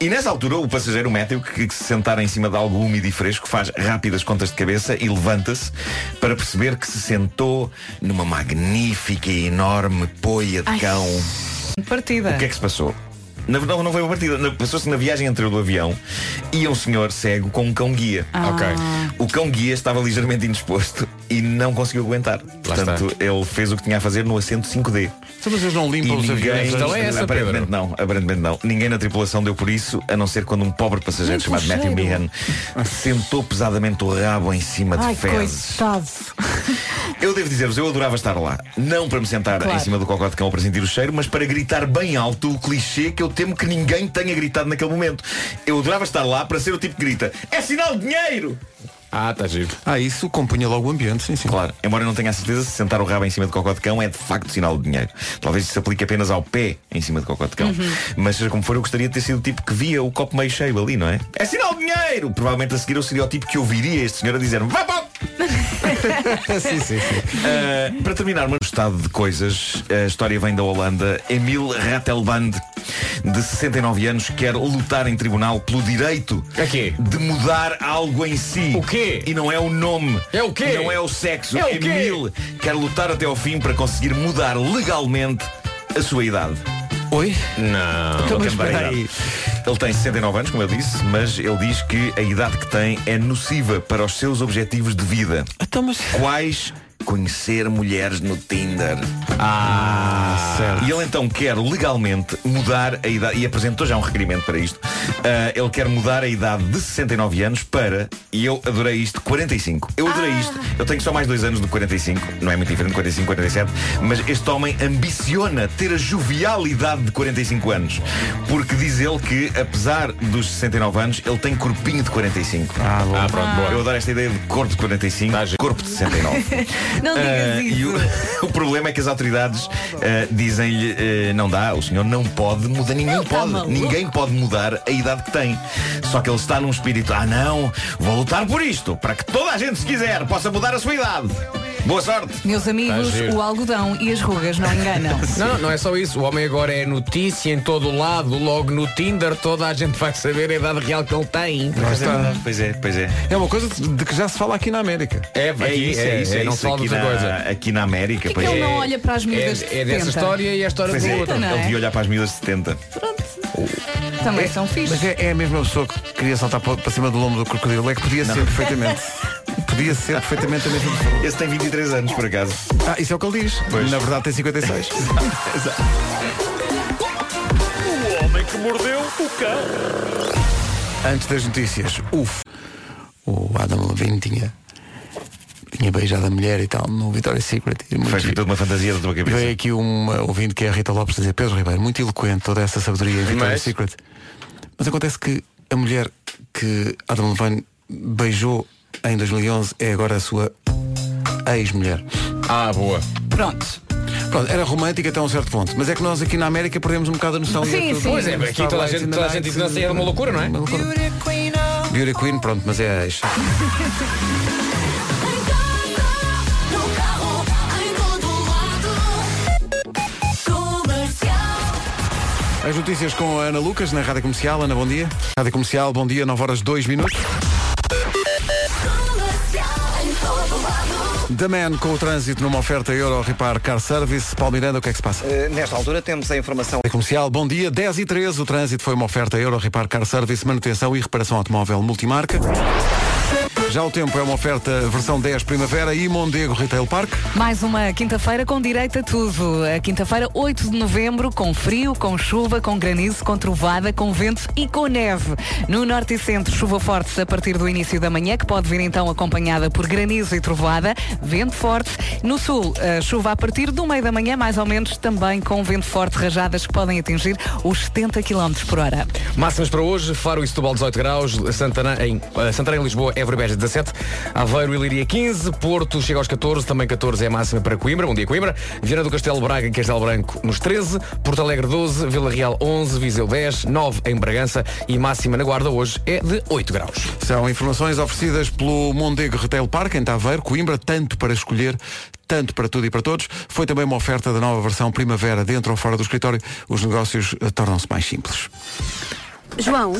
Speaker 4: E nessa altura o passageiro métrico que que se sentar em cima de algo úmido e fresco faz rápidas contas de cabeça e levanta-se para perceber que se sentou numa magnífica e enorme poia de
Speaker 3: Ai.
Speaker 4: cão.
Speaker 3: Partida.
Speaker 4: O que é que se passou? Na, não, não foi uma partida. Na- Passou-se na viagem anterior do avião e um senhor cego com um cão guia.
Speaker 3: Ah. Ok.
Speaker 4: O cão guia estava ligeiramente indisposto e não conseguiu aguentar. Portanto, ele fez o que tinha a fazer no assento 5D.
Speaker 1: Então, Mas eles não limpam
Speaker 4: E
Speaker 1: os
Speaker 4: ninguém-
Speaker 1: aviões.
Speaker 4: Então é essa, aparentemente
Speaker 1: Pedro.
Speaker 4: não, aparentemente não. Ninguém na tripulação deu por isso, a não ser quando um pobre passageiro
Speaker 3: Muito
Speaker 4: chamado Matthew
Speaker 3: cheiro.
Speaker 4: Meehan sentou pesadamente o rabo em cima tá de
Speaker 3: Ai,
Speaker 4: fezes.
Speaker 3: coitado.
Speaker 4: Eu devo dizer-vos, eu adorava estar lá. Não para me sentar
Speaker 3: Claro.
Speaker 4: em cima do cocó de cão para sentir o cheiro, mas para gritar bem alto o clichê que eu temo que ninguém tenha gritado naquele momento. Eu adorava estar lá para ser o tipo que grita É sinal de dinheiro!
Speaker 1: Ah,
Speaker 2: tá
Speaker 1: está giro. Ah, isso compunha logo o ambiente, sim, sim.
Speaker 4: Claro, embora eu não tenha a certeza se sentar o rabo em cima de cocó de cão é de facto sinal de dinheiro. Talvez isso se aplique apenas ao pé em cima de cocó de cão.
Speaker 12: Uhum.
Speaker 4: Mas seja como for, eu gostaria de ter sido o tipo que via o copo meio cheio ali, não é? É sinal de dinheiro! Provavelmente a seguir eu seria o tipo que ouviria este senhor a dizer-me Vá para o
Speaker 1: sim, sim, sim.
Speaker 4: Uh, para terminar, um estado de coisas, a história vem da Holanda. Emil Ratelband, de 69 anos, quer lutar em tribunal pelo direito de mudar algo em si. O quê? E não é o nome. É o
Speaker 2: quê?
Speaker 4: Não é o sexo.
Speaker 2: É o quê?
Speaker 4: Emil quer lutar até ao fim para conseguir mudar legalmente a sua idade.
Speaker 1: Oi?
Speaker 4: Não.
Speaker 1: Então,
Speaker 4: não
Speaker 1: mas
Speaker 4: quer mudar
Speaker 1: espera
Speaker 4: a idade. Ele tem 69 anos, como eu disse, mas ele diz que a idade que tem é nociva para os seus objetivos de vida. Quais conhecer mulheres no Tinder? Ah, certo. E ele então quer legalmente mudar a idade, e apresentou já um requerimento para isto. Ah, ele quer mudar a idade de 69 anos para, e eu adorei isto, 45. Eu adorei isto. Eu tenho só mais dois anos do 45, não é muito diferente, 45, 47, mas este homem ambiciona ter a jovial idade de 45 anos. Porque diz ele que, apesar dos 69 anos, ele tem corpinho de 45. Ah, bom. pronto, boa. Eu adoro esta ideia de corpo de 45, corpo de 69.
Speaker 3: Não digas
Speaker 4: Ah,
Speaker 3: isso.
Speaker 4: E o, o problema é que as autoridades ah, dizem-lhe eh, não dá, o senhor não pode mudar, ninguém pode,
Speaker 3: tá maluco.
Speaker 4: ninguém pode mudar a idade que tem. Só que ele está num espírito, ah não, vou lutar por isto, para que toda a gente se quiser possa mudar a sua idade. Boa sorte!
Speaker 3: Meus amigos,
Speaker 4: Tá giro.
Speaker 3: o algodão e as rugas não enganam.
Speaker 2: Não, não é só isso. O homem agora é notícia em todo o lado. Logo no Tinder toda a gente vai saber a idade real que ele tem.
Speaker 4: Pois é, pois é, pois é.
Speaker 1: É uma coisa de que já se fala aqui na América.
Speaker 2: É,
Speaker 4: É isso, é, isso, é,
Speaker 2: não se
Speaker 4: isso
Speaker 2: fala
Speaker 4: aqui,
Speaker 2: de
Speaker 4: na,
Speaker 2: outra
Speaker 4: aqui na América.
Speaker 3: Por que é que ele não olha para as miúdas de
Speaker 4: É
Speaker 3: 70?
Speaker 4: dessa história
Speaker 2: e a
Speaker 4: Pois é,
Speaker 1: outra,
Speaker 4: ele
Speaker 1: não é?
Speaker 4: devia olhar para as miúdas de 70.
Speaker 3: Também são fixos.
Speaker 1: Mas é, é a mesma pessoa que queria saltar para para cima do lombo do crocodilo. É que podia ser perfeitamente. Podia ser perfeitamente a mesma pessoa.
Speaker 4: Esse tem 23 anos, por acaso.
Speaker 1: Ah, isso é o que ele diz. Na verdade tem 56.
Speaker 13: O homem que mordeu o cão.
Speaker 1: Antes das notícias, uf, o Adam Levine tinha, tinha beijado a mulher e tal no Victoria's Secret. E muito
Speaker 4: Faz-me
Speaker 1: giro.
Speaker 4: toda uma fantasia da tua cabeça.
Speaker 1: Veio aqui uma ouvinte que é a Rita Lopes dizer Pedro Ribeiro, muito eloquente toda essa sabedoria em Victoria's
Speaker 2: Mas?
Speaker 1: Secret. Mas acontece que a mulher que Adam Levine beijou em 2011 é agora a sua ex-mulher.
Speaker 2: Ah, boa.
Speaker 3: Pronto.
Speaker 1: Pronto, era romântica até um certo ponto. Mas é que nós aqui na América perdemos um bocado a noção. e
Speaker 2: Sim,
Speaker 1: tudo.
Speaker 2: sim. Pois é, aqui toda a gente, toda a gente diz, assim. não sei, é uma loucura, não é?
Speaker 1: Beauty Queen, pronto, mas é a ex. As notícias com a Ana Lucas na Rádio Comercial. Ana, bom dia. Rádio Comercial, bom dia, 9 horas 2 minutos. The Man com o trânsito numa oferta Euro Repar Car Service. Paulo Miranda, o que é que se passa?
Speaker 14: Eh, Nesta altura temos a informação.
Speaker 1: Rádio Comercial, bom dia, 10 e 13. O trânsito foi uma oferta Euro Repar Car Service, manutenção e reparação automóvel multimarca. Já o tempo é uma oferta versão 10 primavera e Mondego Retail Park.
Speaker 3: Mais uma quinta-feira com direito a tudo. A quinta-feira, 8 de novembro, com frio, com chuva, com granizo, com trovada, com vento e com neve. No norte e centro, chuva forte a partir do início da manhã, que pode vir então acompanhada por granizo e trovada, vento forte. No sul, eh, chuva a partir do meio da manhã, mais ou menos, também com vento forte, rajadas que podem atingir os 70 km por hora.
Speaker 2: Máximas para hoje, Faro e Setúbal 18 graus, Santarém, em, eh, Santarém Lisboa, Évora e Beja 17, Aveiro e Liria 15, Porto chega aos 14, também 14 é a máxima para Coimbra, bom dia Coimbra, Viana do Castelo Braga e Castelo Branco nos 13, Porto Alegre 12, Vila Real 11, Viseu 10, 9 em Bragança e máxima na Guarda hoje é de 8 graus.
Speaker 1: São informações oferecidas pelo Mondego Retail Park em Taveiro, Coimbra, tanto para escolher, tanto para tudo e para todos. Foi também uma oferta da nova versão Primavera, dentro ou fora do escritório. Os negócios eh, tornam-se mais simples.
Speaker 9: João.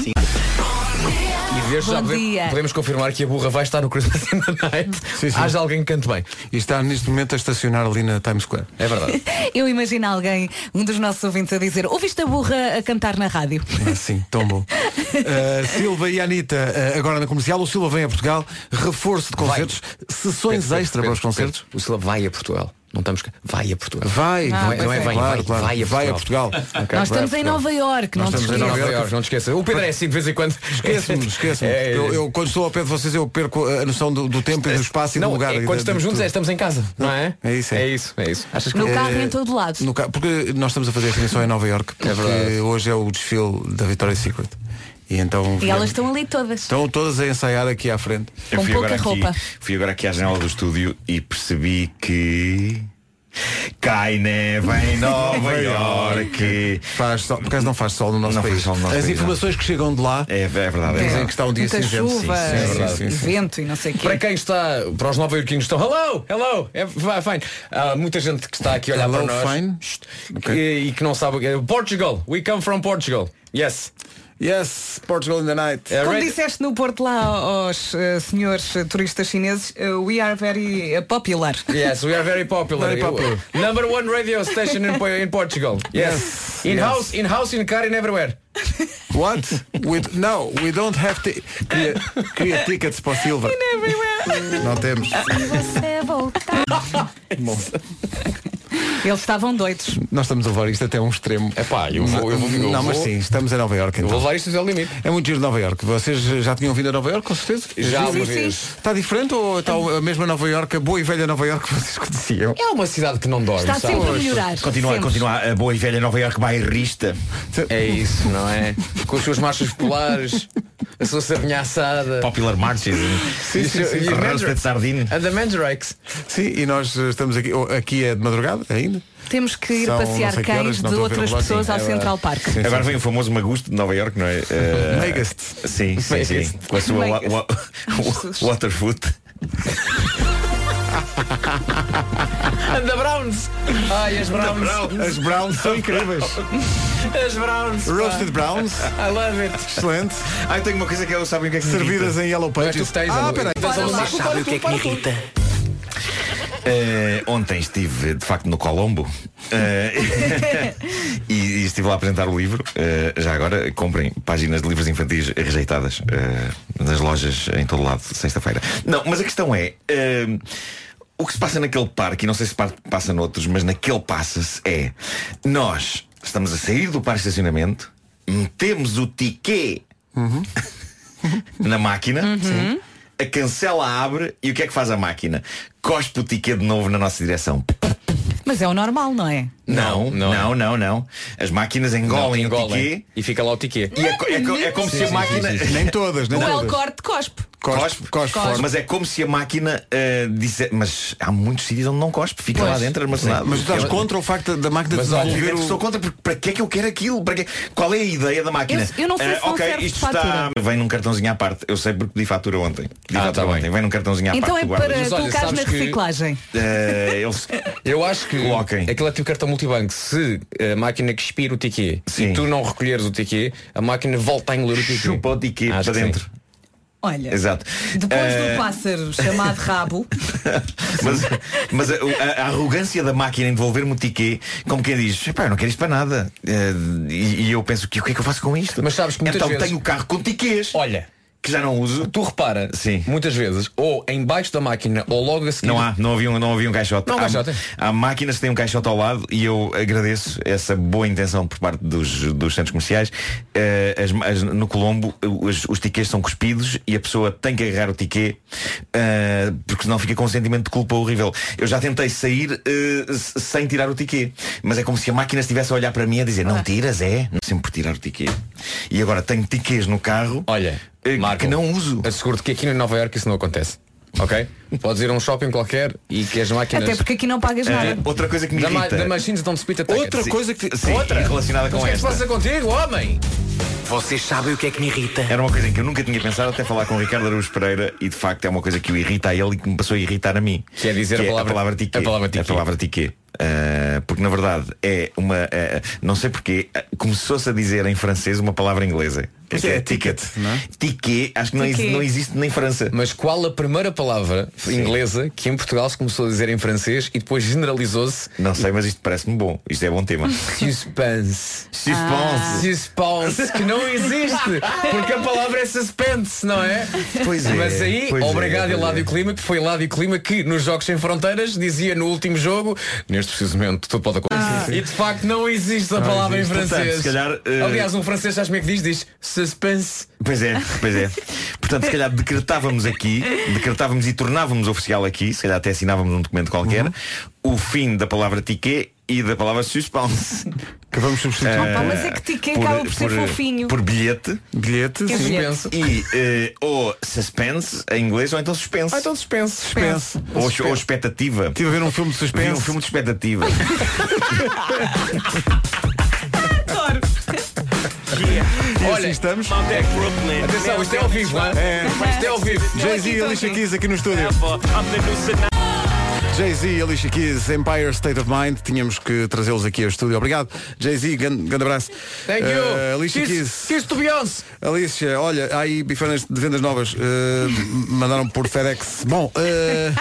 Speaker 2: E desde já
Speaker 9: Bom dia.
Speaker 2: podemos, podemos confirmar que a burra vai estar no Cruise in the Night. Haja alguém que cante bem.
Speaker 1: E está neste momento a estacionar ali na Times Square.
Speaker 2: É verdade.
Speaker 3: Eu imagino alguém, um dos nossos ouvintes, a dizer Ouviste a burra a cantar na rádio?
Speaker 1: Ah, Sim, tão bom. Uh, Silva e Anitta, uh, agora na comercial. O Silva vem a Portugal, reforço de concertos, sessões extra para os concertos.
Speaker 2: O Sila vai a Portugal. Não estamos. cá. Vai a Portugal.
Speaker 1: Vai,
Speaker 2: não,
Speaker 1: vai,
Speaker 2: é- não é
Speaker 1: pois é.
Speaker 2: vai, vai,
Speaker 1: Claro, claro.
Speaker 2: vai a
Speaker 1: Vai a
Speaker 2: Portugal.
Speaker 1: Portugal.
Speaker 2: Ok,
Speaker 3: Nós
Speaker 2: vai
Speaker 3: estamos
Speaker 2: a
Speaker 3: em
Speaker 2: Portugal.
Speaker 3: Nova Iorque,
Speaker 2: Nós
Speaker 3: não
Speaker 2: estamos em Nova Iorque, não te esqueças. O Pedro é assim de vez em quando.
Speaker 1: Esquece-me, esquece-me.
Speaker 2: É, é,
Speaker 1: eu, eu, quando estou ao pé de vocês, eu perco a noção do, do tempo e do espaço e
Speaker 2: Não,
Speaker 1: do lugar.
Speaker 2: é,
Speaker 1: e
Speaker 2: quando
Speaker 1: da-
Speaker 2: estamos
Speaker 1: de
Speaker 2: juntos
Speaker 1: tudo.
Speaker 2: é, estamos em casa, não é?
Speaker 1: É isso, é.
Speaker 2: isso, é isso. Achas
Speaker 3: No carro
Speaker 1: É,
Speaker 3: em todo lado.
Speaker 1: no carro, porque nós estamos a fazer a reunião em Nova Iorque porque
Speaker 2: verdade.
Speaker 1: hoje é o desfile da Victoria's Secret. E então
Speaker 3: E elas estão ali todas.
Speaker 1: estão todas a ensaiar aqui à frente.
Speaker 4: Eu fui agora, aqui, fui agora aqui à janela do estúdio e percebi que cai neve em Nova Iorque.
Speaker 1: Faz sol, por acaso não faz sol no nosso
Speaker 4: país.
Speaker 1: As informações que chegam de lá
Speaker 4: é, é verdade.
Speaker 1: dizem
Speaker 4: é verdade.
Speaker 1: que está um dia
Speaker 3: Muita
Speaker 1: cinzento.
Speaker 3: chuva,
Speaker 1: Sim, sim, sim, sim, sim.
Speaker 3: vento e não sei o quê.
Speaker 2: Para quem está, para os nova iorquinos estão hello, hello, é vai, fine. Há muita gente que está aqui a olhar
Speaker 1: Hello,
Speaker 2: para nós
Speaker 1: fine.
Speaker 2: Shh, que- e que não sabe o que é. Portugal, we come from Portugal. Yes.
Speaker 1: Yes, Portugal in the night.
Speaker 2: É,
Speaker 3: Como
Speaker 2: right?
Speaker 3: disseste no Porto lá aos eh, senhores eh, turistas chineses, eh, we are very eh, popular.
Speaker 2: Yes, we are very popular. uh,
Speaker 3: Very popular.
Speaker 2: Number one radio station in, Po- in Portugal. Yes.
Speaker 1: Yes,
Speaker 2: In
Speaker 1: yes.
Speaker 2: house, in house, in car, in everywhere.
Speaker 1: What? We, no, we don't have to. Queria, queria tickets para o Silva. Não temos.
Speaker 3: Você voltar.
Speaker 1: Bom,
Speaker 3: Eles estavam doidos.
Speaker 1: nós estamos a levar isto até um extremo. É pá,
Speaker 2: eu vou- eu vou- eu
Speaker 1: Não, mas
Speaker 2: vou-
Speaker 1: sim, estamos em Nova Iorque. Então.
Speaker 2: Vou levar isto até ao limite.
Speaker 1: É muito giro Nova Iorque. Vocês já tinham vindo a Nova Iorque, com certeza?
Speaker 2: Já alguma Sim, sim. vez.
Speaker 1: Está diferente ou está a mesma Nova Iorque, a boa e velha Nova Iorque que vocês conheciam?
Speaker 2: É uma cidade que não dorme.
Speaker 3: Está
Speaker 2: sabe?
Speaker 3: sempre a melhorar.
Speaker 4: Continua,
Speaker 3: Sempre.
Speaker 4: continua a boa e velha Nova Iorque bairrista.
Speaker 2: É isso, não é? Com as suas marchas polares, a sua sardinha assada.
Speaker 4: Popular Marches.
Speaker 2: Sim, sim, sim.
Speaker 4: E roasted sardine.
Speaker 2: And the mandrakes.
Speaker 1: Sim, e nós eh, estamos aqui. oh, Aqui é de madrugada ainda?
Speaker 3: Temos que ir
Speaker 1: São não
Speaker 3: passear
Speaker 1: sei que horas,
Speaker 3: cães
Speaker 1: não estou a
Speaker 3: de
Speaker 1: ver
Speaker 3: outras
Speaker 1: o relógio.
Speaker 3: pessoas
Speaker 1: É
Speaker 3: ao
Speaker 1: verdade.
Speaker 3: Central Park.
Speaker 1: Sim,
Speaker 4: Agora
Speaker 1: sim.
Speaker 4: vem o famoso Magusto de Nova Iorque, não é? Eh,
Speaker 1: Megast.
Speaker 4: Sim, sim, sim. Com a sua wa- wa- Waterfoot.
Speaker 2: And the browns. Ai, as browns.
Speaker 1: As Browns são incríveis.
Speaker 2: As browns. pá.
Speaker 1: Roasted Browns.
Speaker 2: I love it.
Speaker 1: Excelente.
Speaker 4: Ah, tenho uma coisa que eles sabem o que é que
Speaker 1: Servidas em Yellow
Speaker 2: Mas
Speaker 1: Pages.
Speaker 2: tu tens
Speaker 1: ah,
Speaker 2: a
Speaker 1: peraí.
Speaker 2: o que é que me irrita?
Speaker 4: Eh, ontem estive de facto no Colombo Eh, e, e estive lá a apresentar o livro. Eh, já agora comprem páginas de livros infantis rejeitadas eh, nas lojas em todo lado, sexta-feira. Não, mas a questão é. eh, o que se passa naquele parque, e não sei se par- passa noutros, mas naquele passa-se é nós estamos a sair do parque de estacionamento, metemos o tiquê na máquina, Sim. a cancela abre e o que é que faz a máquina? Cospe o ticket de novo na nossa direção.
Speaker 3: Mas é o normal, não é?
Speaker 4: Não, não, não, não. As máquinas engolem,
Speaker 2: Não, engolem.
Speaker 4: o ticket.
Speaker 2: E fica lá o tiquê.
Speaker 4: E é, co- é co- é como se a máquina.
Speaker 1: Nem todas, nem
Speaker 3: O El
Speaker 1: todas.
Speaker 3: Corte é
Speaker 1: Ah,
Speaker 3: cospe.
Speaker 1: Cospe, cospe, cospe.
Speaker 4: Mas é como se a máquina eh, disse. Mas há muitos sítios onde não cospe, fica lá
Speaker 2: Pois.
Speaker 4: dentro armazenado.
Speaker 1: Mas tu estás contra o facto da máquina de
Speaker 2: Mas olha,
Speaker 1: desenvolver
Speaker 4: Obviamente que
Speaker 1: o...
Speaker 4: Estou contra, porque para que é que eu quero aquilo? Para que... Qual é a ideia da máquina?
Speaker 3: Eu- eu não sei se
Speaker 4: Ah,
Speaker 3: não
Speaker 4: ok,
Speaker 3: serve
Speaker 4: isto
Speaker 3: de
Speaker 4: está.
Speaker 3: fatura.
Speaker 4: Vem num cartãozinho à parte. Eu sei porque pedi fatura ontem. Pedi
Speaker 2: Ah,
Speaker 4: fatura
Speaker 2: tá bem.
Speaker 4: ontem. Vem num cartãozinho à
Speaker 3: Então
Speaker 4: parte.
Speaker 3: é
Speaker 4: tu guardas.
Speaker 3: para
Speaker 2: Mas olha,
Speaker 3: colocares na
Speaker 2: sabes que-
Speaker 3: reciclagem.
Speaker 4: Eh, eles...
Speaker 2: Eu acho que
Speaker 4: Coloquem.
Speaker 2: aquilo é tipo cartão multibanco. Se a máquina que expira o tiquê
Speaker 4: Sim.
Speaker 2: e tu não recolheres o tiquê, a máquina volta a engolir o tiquê.
Speaker 4: Chupa o tiquê
Speaker 2: Acho
Speaker 4: para
Speaker 2: que sim.
Speaker 4: dentro.
Speaker 3: Olha.
Speaker 4: Exato.
Speaker 3: Depois
Speaker 4: Eh,
Speaker 3: do pássaro chamado rabo,
Speaker 4: Mas, mas a, a- a arrogância da máquina em devolver-me o tiquê, como quem diz, "Epá, eu não quero isto para nada. Eh, e, e eu penso, "Que- o que é que eu faço com isto?
Speaker 2: Mas sabes que muitas
Speaker 4: então
Speaker 2: vezes-
Speaker 4: tenho o carro com tiquês,
Speaker 2: Olha,
Speaker 4: que já não uso.
Speaker 2: tu repara,
Speaker 4: Sim.
Speaker 2: muitas vezes, ou embaixo da máquina, ou logo a seguir.
Speaker 4: Não há, não havia um, não havia um caixote.
Speaker 2: Não há
Speaker 4: há,
Speaker 2: caixote. é.
Speaker 4: há máquinas que têm um caixote ao lado e eu agradeço essa boa intenção por parte dos, dos centros comerciais. Eh, as- as- no Colombo os, os tiquês são cuspidos e a pessoa tem que agarrar o tiquê eh, porque senão fica com um sentimento de culpa horrível. Eu já tentei sair eh, s- sem tirar o tiquê, mas é como se a máquina estivesse a olhar para mim a dizer não tiras, é? Sempre por tirar o tiquê. E agora tenho tiquês no carro
Speaker 2: Olha,
Speaker 4: eh,
Speaker 2: Marco,
Speaker 4: que não uso.
Speaker 2: Asseguro-te que aqui em Nova Iorque isso não acontece. ok? Podes ir a um shopping qualquer e que as máquinas.
Speaker 3: Até porque aqui não pagas
Speaker 1: Eh,
Speaker 2: Eh,
Speaker 3: nada.
Speaker 4: outra coisa que me
Speaker 2: da ma-
Speaker 4: irrita.
Speaker 2: da machines don't speed attack.
Speaker 4: Outra
Speaker 2: Sim.
Speaker 4: coisa que- sim, relacionada com
Speaker 2: Mas O que é que se
Speaker 4: esta.
Speaker 2: passa contigo, homem?
Speaker 4: Vocês sabem o que é que me irrita? Era uma coisa em que eu nunca tinha pensado até falar com o Ricardo Araújo Pereira e de facto é uma coisa que o irrita a ele e que me passou a irritar a mim. Quer
Speaker 2: é dizer a palavra-
Speaker 4: tiquê.
Speaker 2: a palavra
Speaker 4: A palavra tiquê. Ah, porque na verdade é uma. ah, não sei porquê, ah, começou-se a dizer em francês uma palavra inglesa.
Speaker 2: Pois
Speaker 4: Que
Speaker 2: é,
Speaker 4: ticket. Tiquê, acho que não, exi- não existe nem França.
Speaker 2: Mas qual a primeira palavra inglesa que em Portugal se começou a dizer em francês e depois generalizou-se?
Speaker 4: Não sei, mas isto parece-me bom. Isto é bom tema.
Speaker 2: Suspense.
Speaker 4: Suspense.
Speaker 2: Suspense, que não existe. Porque a palavra é suspense, não é?
Speaker 4: Pois é,
Speaker 2: Mas aí,
Speaker 4: pois é,
Speaker 2: obrigado
Speaker 4: pois
Speaker 2: Eládio Clima, que foi Eládio Clima que nos Jogos Sem Fronteiras dizia no último jogo, neste preciso momento, tudo pode acontecer. E de facto não existe a
Speaker 4: Não
Speaker 2: palavra
Speaker 4: existe.
Speaker 2: em francês.
Speaker 4: Portanto, se calhar, eh,
Speaker 2: Aliás, um francês, sabes como é que diz? Diz suspense.
Speaker 4: Pois é, pois é. Portanto, se calhar decretávamos aqui, decretávamos e tornávamos oficial aqui, se calhar até assinávamos um documento qualquer,
Speaker 3: Uhum.
Speaker 4: o fim da palavra tiquê e da palavra suspense. Eh,
Speaker 1: Que vamos substituir.
Speaker 2: Ah,
Speaker 3: Opa, mas é que tiquê acaba por ser fofinho.
Speaker 4: Por bilhete.
Speaker 1: Bilhete,
Speaker 3: Que sim. bilhete.
Speaker 4: E eh, ou suspense em inglês ou então
Speaker 3: Ah,
Speaker 4: suspense.
Speaker 2: então suspense.
Speaker 1: Suspense.
Speaker 4: Ou, ou expectativa. Estive
Speaker 1: a ver um filme de suspense.
Speaker 4: Vi um filme de expectativa.
Speaker 3: Adoro.
Speaker 1: Olha, estamos.
Speaker 2: Atenção, isto é ao vivo, não é? Isto é ao vivo.
Speaker 1: Jay-Z e Alicia Keys aqui no estúdio. Jay-Z e Alicia Keys, Empire State of Mind. Tínhamos que trazê-los aqui ao estúdio. Obrigado. Jay-Z, grande, grande abraço.
Speaker 2: Thank you.
Speaker 1: Eh, Alicia Keys.
Speaker 2: Kiss- Kiss to Beyoncé.
Speaker 1: Alicia, olha, há aí bifanas de vendas novas. Eh, mandaram por FedEx. Bom, eh,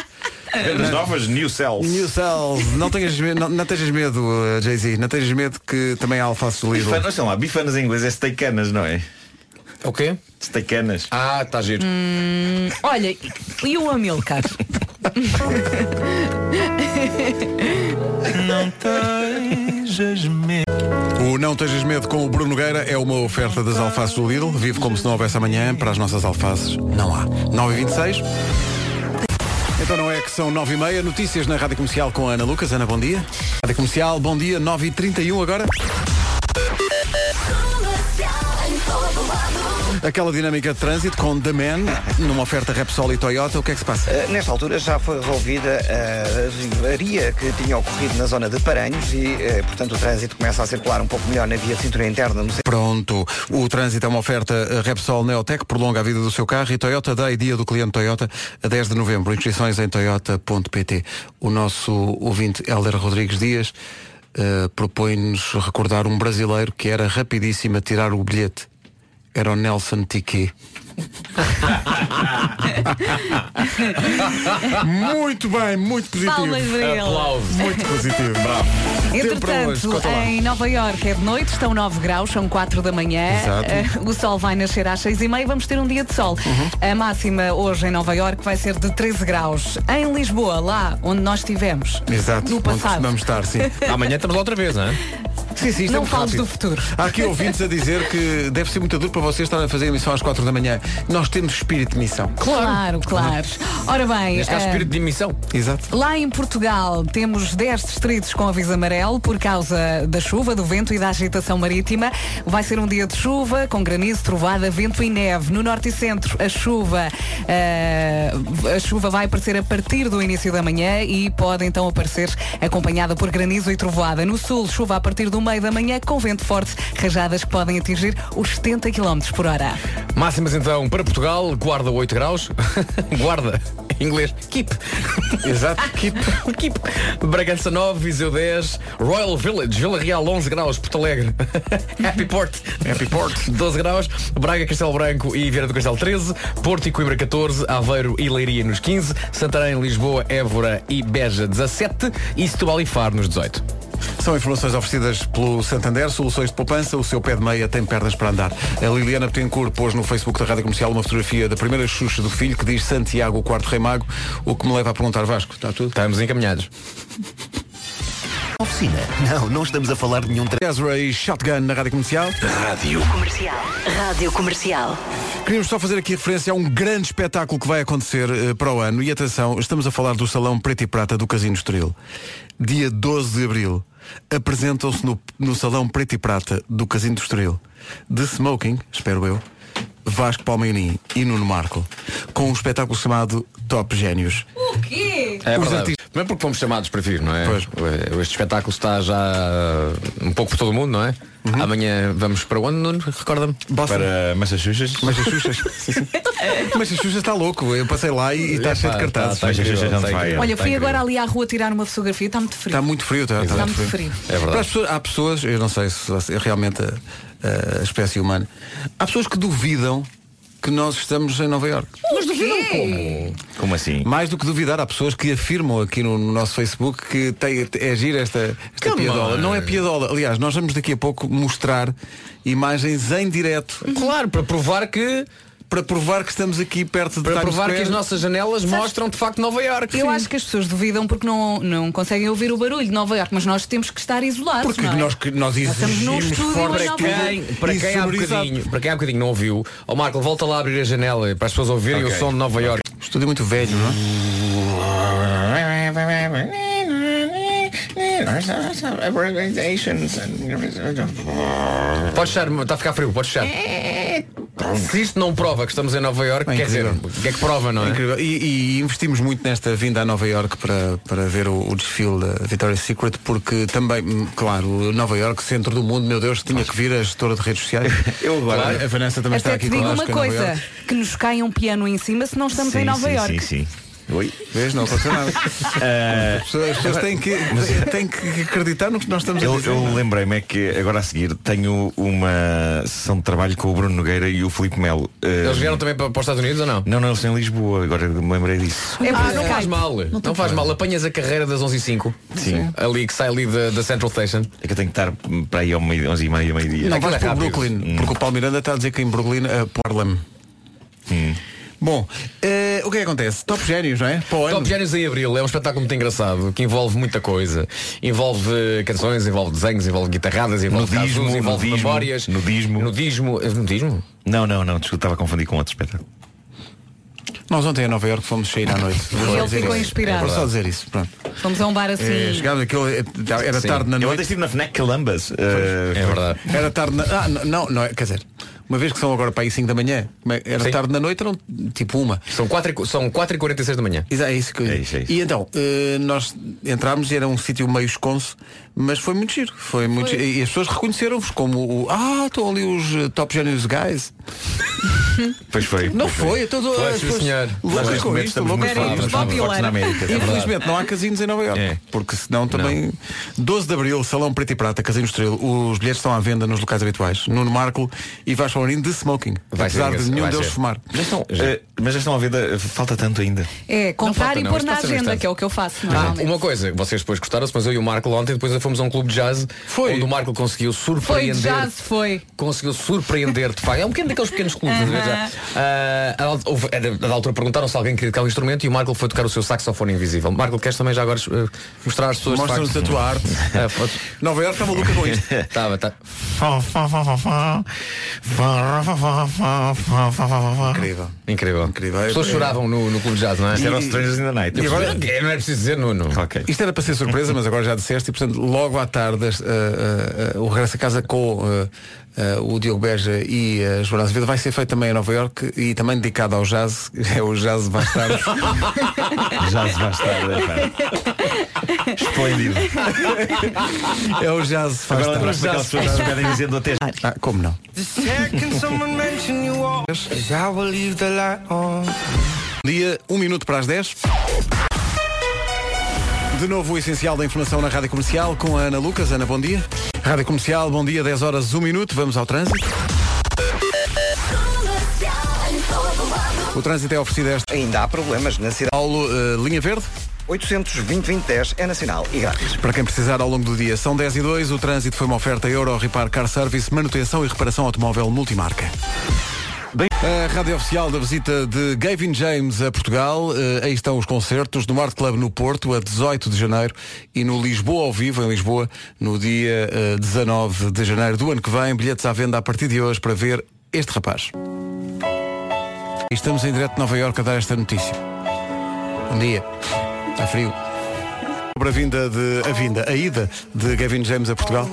Speaker 4: Vendas novas, New Cells.
Speaker 1: New Cells. Não tenhas, me- não, não tenhas medo, eh, Jay-Z. Não tenhas medo que também há alface do Lidl.
Speaker 4: Bifanas, sei lá, bifanas em inglês é steicanas, não é?
Speaker 2: O quê?
Speaker 4: Steicanas.
Speaker 2: Ah, está giro.
Speaker 3: Hum, olha, e- e o Amilcar?
Speaker 11: Não tejas medo.
Speaker 1: O Não Tejas Medo com o Bruno Nogueira é uma oferta das alfaces do Lidl. Vive como se não houvesse amanhã. Para as nossas alfaces, não há. 9h26. Então não é que são 9h30. Notícias na Rádio Comercial com a Ana Lucas. Ana, bom dia. Rádio Comercial, bom dia. 9h31 agora. Aquela dinâmica de trânsito com The Man, numa oferta Repsol e Toyota. O que é que se passa?
Speaker 14: Eh, Nesta altura já foi resolvida a avaria que tinha ocorrido na zona de Paranhos e, eh, portanto, o trânsito começa a circular um pouco melhor na via de cintura interna. No...
Speaker 1: Pronto, o trânsito é uma oferta eh, Repsol Neotec, prolonga a vida do seu carro e Toyota Day, dia do cliente Toyota, a 10 de novembro. Inscrições em toyota.pt. O nosso ouvinte Helder Rodrigues Dias eh, propõe-nos recordar um brasileiro que era rapidíssimo a tirar o bilhete. Era o Nelson Tiquet. muito bem, muito positivo.
Speaker 3: Palmas para ele.
Speaker 1: Ah,
Speaker 3: Aplausos.
Speaker 1: Muito positivo. Bravo. Tempo para hoje,
Speaker 3: Entretanto,
Speaker 1: conta lá.
Speaker 3: em Nova Iorque é de noite, estão 9 graus, são 4 da manhã.
Speaker 1: Exato.
Speaker 3: Eh, o sol vai nascer às 6 e meia, vamos ter um dia de sol.
Speaker 1: Uhum.
Speaker 3: A máxima hoje em Nova Iorque vai ser de 13 graus. Em Lisboa, lá onde nós estivemos.
Speaker 1: Exato,
Speaker 3: No
Speaker 1: onde
Speaker 3: passado.
Speaker 1: costumamos estar, sim.
Speaker 2: Amanhã estamos lá outra vez, não é?
Speaker 1: Sim, sim, isto é
Speaker 3: não
Speaker 1: muito
Speaker 3: fales
Speaker 1: rápido.
Speaker 3: do futuro.
Speaker 1: Há aqui ouvintes a dizer que deve ser muito duro para vocês estarem a fazer a emissão às 4 da manhã. Nós temos espírito de missão.
Speaker 3: Claro, claro. Ora bem.
Speaker 1: Uhum. Neste caso,
Speaker 3: eh,
Speaker 1: espírito
Speaker 2: De emissão.
Speaker 1: Exato.
Speaker 3: Lá em Portugal temos 10 distritos com aviso amarelo por causa da chuva, do vento e da agitação marítima. Vai ser um dia de chuva, com granizo, trovada, vento e neve. No norte e centro, a chuva, eh, a chuva vai aparecer a partir do início da manhã e pode então aparecer acompanhada por granizo e trovoada. No sul, chuva a partir do meio da manhã, com vento forte, rajadas que podem atingir os 70 km por hora.
Speaker 2: Máximas então para Portugal, guarda 8 graus. guarda, em inglês, keep.
Speaker 1: Exato, keep.
Speaker 2: keep. Bragança 9, Viseu 10, Royal Village, Vila Real 11 graus, Porto Alegre, Happy Port.
Speaker 1: Happy Port.
Speaker 2: 12 graus, Braga, Castelo Branco e Vieira do Castelo 13, Porto e Coimbra 14, Aveiro e Leiria nos 15, Santarém, Lisboa, Évora e Beja 17 e Setúbal e Faro nos 18.
Speaker 1: São informações oferecidas pelo Santander, soluções de poupança, o seu pé de meia tem pernas para andar. A Liliana Petencourt pôs no Facebook da Rádio Comercial uma fotografia da primeira Xuxa do filho que diz Santiago, o quarto rei mago, o que me leva a perguntar Vasco, está tudo?
Speaker 2: Estamos encaminhados.
Speaker 1: Oficina. Não, não estamos a falar de nenhum... Ezra e Shotgun na Rádio Comercial. Rádio
Speaker 12: Comercial. Rádio Comercial.
Speaker 1: Queríamos só fazer aqui referência a um grande espetáculo que vai acontecer eh, para o ano. E atenção, estamos a falar do Salão Preto e Prata do Casino Estoril. Dia 12 de Abril. Apresentam-se no, no Salão Preto e Prata do Casino do Estoril. De Smoking, espero eu, Vasco Palmeirim e Nuno Marco com um espetáculo chamado Top Génios.
Speaker 3: O quê?
Speaker 2: É
Speaker 1: Os
Speaker 2: verdade.
Speaker 1: artistas-
Speaker 2: Mesmo porque fomos chamados para vir, não é? Pois. Este espetáculo está já uh, um pouco por todo o mundo, não é?
Speaker 1: Uhum.
Speaker 2: Amanhã vamos para onde, Nuno? Recorda-me.
Speaker 4: Para Massachusetts.
Speaker 1: Massachusetts. Massachusetts está louco. Eu passei lá e está cheio de cartazes.
Speaker 4: Massachusetts on fire.
Speaker 3: Olha, fui agora ali à rua tirar uma fotografia, está muito frio.
Speaker 1: Está Tá muito frio, está,
Speaker 3: Está muito frio.
Speaker 1: É verdade. Para as pessoas- há pessoas, eu não sei se você- é realmente eh, a, a espécie humana, há pessoas que duvidam que nós estamos em Nova Iorque.
Speaker 3: Mas um duvidam como?
Speaker 4: Como assim?
Speaker 1: Mais do que duvidar, há pessoas que afirmam aqui no, no nosso Facebook que tem, é gira esta, esta
Speaker 2: Come
Speaker 1: piadola.
Speaker 2: on.
Speaker 1: Não é piadola. Aliás, nós vamos daqui a pouco mostrar imagens em direto.
Speaker 2: Claro, para provar que.
Speaker 1: Para provar que estamos aqui perto de
Speaker 2: Para
Speaker 1: Times
Speaker 2: provar que
Speaker 1: Square.
Speaker 2: as nossas janelas
Speaker 3: Sabes-
Speaker 2: mostram de facto Nova Iorque.
Speaker 3: Eu acho que as pessoas duvidam porque não, não conseguem ouvir o barulho de Nova Iorque, mas nós temos que estar isolados.
Speaker 1: Porque
Speaker 3: não é?
Speaker 1: nós, que- nós
Speaker 3: estamos num
Speaker 1: exigimos
Speaker 3: estúdio
Speaker 1: forte
Speaker 3: em
Speaker 2: Para
Speaker 3: Nova
Speaker 2: quem,
Speaker 3: Iorque.
Speaker 2: para, quem há
Speaker 1: Insonorizado.
Speaker 2: bocadinho, para quem há bocadinho não ouviu, ó Marco, volta lá a abrir a janela para as pessoas ouvirem
Speaker 1: Ok.
Speaker 2: o som de Nova Iorque.
Speaker 1: Estúdio muito velho, não é?
Speaker 2: Pode fechar, está a ficar frio, pode fechar.
Speaker 3: É.
Speaker 2: Se isto não prova que estamos em Nova Iorque, quer dizer, o que é que prova, não é?
Speaker 1: Incrível. E, e investimos muito nesta vinda a Nova York para, para ver o, o desfile da Victoria's Secret, porque também, hum, claro, Nova York, centro do mundo, meu Deus, tinha que vir a gestora de redes sociais. Eu agora. a Vanessa também está
Speaker 3: Até
Speaker 1: aqui
Speaker 3: te digo
Speaker 1: connosco
Speaker 3: uma
Speaker 1: em é Nova
Speaker 3: coisa,
Speaker 1: Iorque.
Speaker 3: que nos caia um piano em cima se não estamos em Nova Iorque.
Speaker 4: sim, Oi?
Speaker 1: Vês, não aconteceu nada.
Speaker 4: Eh,
Speaker 1: As pessoas, as pessoas têm, que,
Speaker 4: mas- é-
Speaker 1: têm que acreditar no que nós estamos a
Speaker 4: Eu,
Speaker 1: dizer.
Speaker 4: eu lembrei-me é que agora a seguir tenho uma sessão de trabalho com o Bruno Nogueira e o Filipe Melo. Eh,
Speaker 2: Eles vieram também para, para os Estados Unidos ou não?
Speaker 4: Não, não, eles estão em Lisboa, agora me lembrei disso.
Speaker 3: É por
Speaker 2: ah, não
Speaker 3: Skype.
Speaker 2: faz mal. Não,
Speaker 3: tem
Speaker 2: faz mal. Apanhas a carreira das 11 h 05
Speaker 4: Sim.
Speaker 2: Ali que sai ali da, da Central Station.
Speaker 4: É que eu tenho que estar hum, para aí ao meio, 11 e meia, meio-dia.
Speaker 1: Não vais para o
Speaker 4: Hum.
Speaker 1: Brooklyn, porque o Paulo Miranda está a dizer que em Brooklyn, a Portland.
Speaker 4: Hum.
Speaker 1: Bom, eh, o que é que acontece? Top Génios, não é? Para o ano.
Speaker 2: Top Génios em Abril é um espetáculo muito engraçado que envolve muita coisa. Envolve eh, canções, envolve desenhos, envolve guitarradas, envolve
Speaker 4: Nudismo,
Speaker 2: casos, envolve
Speaker 4: nudismo,
Speaker 2: memórias.
Speaker 4: Nudismo.
Speaker 2: Nudismo. eh, Nudismo?
Speaker 4: Não, não, não, desculpa, estava a confundir com outro espetáculo.
Speaker 1: Nós ontem a Nova Iorque fomos sair à noite. Vou só
Speaker 3: ele
Speaker 1: dizer
Speaker 3: ficou
Speaker 1: isso.
Speaker 3: inspirado.
Speaker 1: Vou só dizer isso, pronto.
Speaker 3: Fomos a um bar assim.
Speaker 1: Eh, chegámos aquilo, eh, era tarde na
Speaker 4: Eu
Speaker 1: noite.
Speaker 4: ontem estive na FNAC eh, Calambas.
Speaker 2: é verdade.
Speaker 1: Era tarde na. Ah, n- não, não é. Quer dizer, uma vez que são agora para aí 5 da manhã, como é- era
Speaker 2: Sim.
Speaker 1: tarde na noite, eram tipo uma.
Speaker 2: São 4h46 são 4 e 46 da manhã.
Speaker 1: Isso É isso que eu- E então, eh, nós entrámos e era um sítio meio esconso, mas foi muito giro. Foi muito giro. E as pessoas reconheceram-vos como o. Ah, estão ali os eh, Top Genius Guys.
Speaker 4: Pois foi.
Speaker 1: Não
Speaker 4: pois
Speaker 1: foi, eu estou
Speaker 2: Foi,
Speaker 1: as
Speaker 2: sim,
Speaker 1: pessoas
Speaker 2: senhor.
Speaker 1: loucas
Speaker 2: Nós,
Speaker 1: com
Speaker 2: neste momento,
Speaker 1: isto,
Speaker 2: estamos
Speaker 1: loucas
Speaker 2: muito
Speaker 1: com isto.
Speaker 2: fortes, estamos muito fortes na América, é verdade. É.
Speaker 1: Infelizmente não há casinos em Nova Iorque, porque senão também 12 de abril, Salão Preto e Prata, Casino Estrela, os bilhetes estão à venda nos locais habituais. Nuno Marco e Vasco Mourinho de smoking,
Speaker 2: Vai ser
Speaker 1: apesar de
Speaker 2: engraçado,
Speaker 1: nenhum
Speaker 2: vai
Speaker 1: deles
Speaker 2: ser.
Speaker 1: fumar.
Speaker 4: Já estão, eh, mas já estão à venda, eh, falta tanto ainda.
Speaker 3: É, comprar
Speaker 2: falta,
Speaker 3: e
Speaker 2: não.
Speaker 3: pôr
Speaker 2: Isto
Speaker 3: na
Speaker 2: passa no
Speaker 3: agenda,
Speaker 2: instante.
Speaker 3: que é o que eu faço
Speaker 2: Ah,
Speaker 3: normalmente.
Speaker 2: uma coisa, vocês depois gostaram-se, mas eu e o Marco ontem depois fomos a um clube de jazz onde o Marco conseguiu
Speaker 3: Foi
Speaker 2: surpreender.
Speaker 3: de jazz, foi.
Speaker 2: Conseguiu surpreender, de facto. É um pequeno daqueles pequenos clubes. às vezes, já. Ah, a- houve- a- da- da altura perguntaram se alguém queria tocar um instrumento e o Marco foi tocar o seu saxofone invisível. Marco, queres também já agora eh, mostrar às pessoas de
Speaker 1: Mostra-nos
Speaker 2: facto?
Speaker 1: a tua arte.
Speaker 2: Ah, foto.
Speaker 1: Nova Iorque está maluca com isto.
Speaker 2: Tava, tá.
Speaker 1: Incrível.
Speaker 2: Incrível.
Speaker 1: Incrível.
Speaker 2: As pessoas choravam no, no clube de jazz, não é?
Speaker 4: Isto era o Strangers in the Night.
Speaker 2: E agora, não é preciso dizer, Nuno.
Speaker 4: Ok.
Speaker 1: Isto era para ser surpresa, mas agora já disseste e portanto logo à tarde as- ah, ah, ah, o regresso a casa com ah, ah, o Diogo Beja e a Joana Azevedo vai ser feito também em Nova Iorque e também dedicado ao jazz, é o jazz É bastardo.
Speaker 4: Já se vai estar. eh, pá. Esplêndido.
Speaker 1: é o jazz faz
Speaker 4: Agora
Speaker 1: tarde.
Speaker 4: lembras-te daquelas pessoas que se pedem dizendo até.
Speaker 1: Ah, como não? Dia, um minuto para as 10. De novo o essencial da informação na Rádio Comercial com a Ana Lucas. Ana, bom dia. Rádio Comercial, bom dia, 10 horas, 1 minuto, vamos ao trânsito. O trânsito é oferecido a esta.
Speaker 14: Ainda há problemas na cidade.
Speaker 1: Paulo, eh, linha verde?
Speaker 14: 820-2010 é nacional e grátis.
Speaker 1: Para quem precisar ao longo do dia, são 10 e 2. O trânsito foi uma oferta Euro Repar Car Service, manutenção e reparação automóvel multimarca. A rádio oficial da visita de Gavin James a Portugal. Eh, aí estão os concertos no Art Club no Porto, a 18 de janeiro, e no Lisboa ao vivo, em Lisboa, no dia eh, 19 de janeiro do ano que vem. Bilhetes à venda a partir de hoje para ver este rapaz. Estamos em direto de Nova Iorque a dar esta notícia. Bom dia. Está frio. Sobre a vinda de a vinda, a ida de Gavin James a Portugal.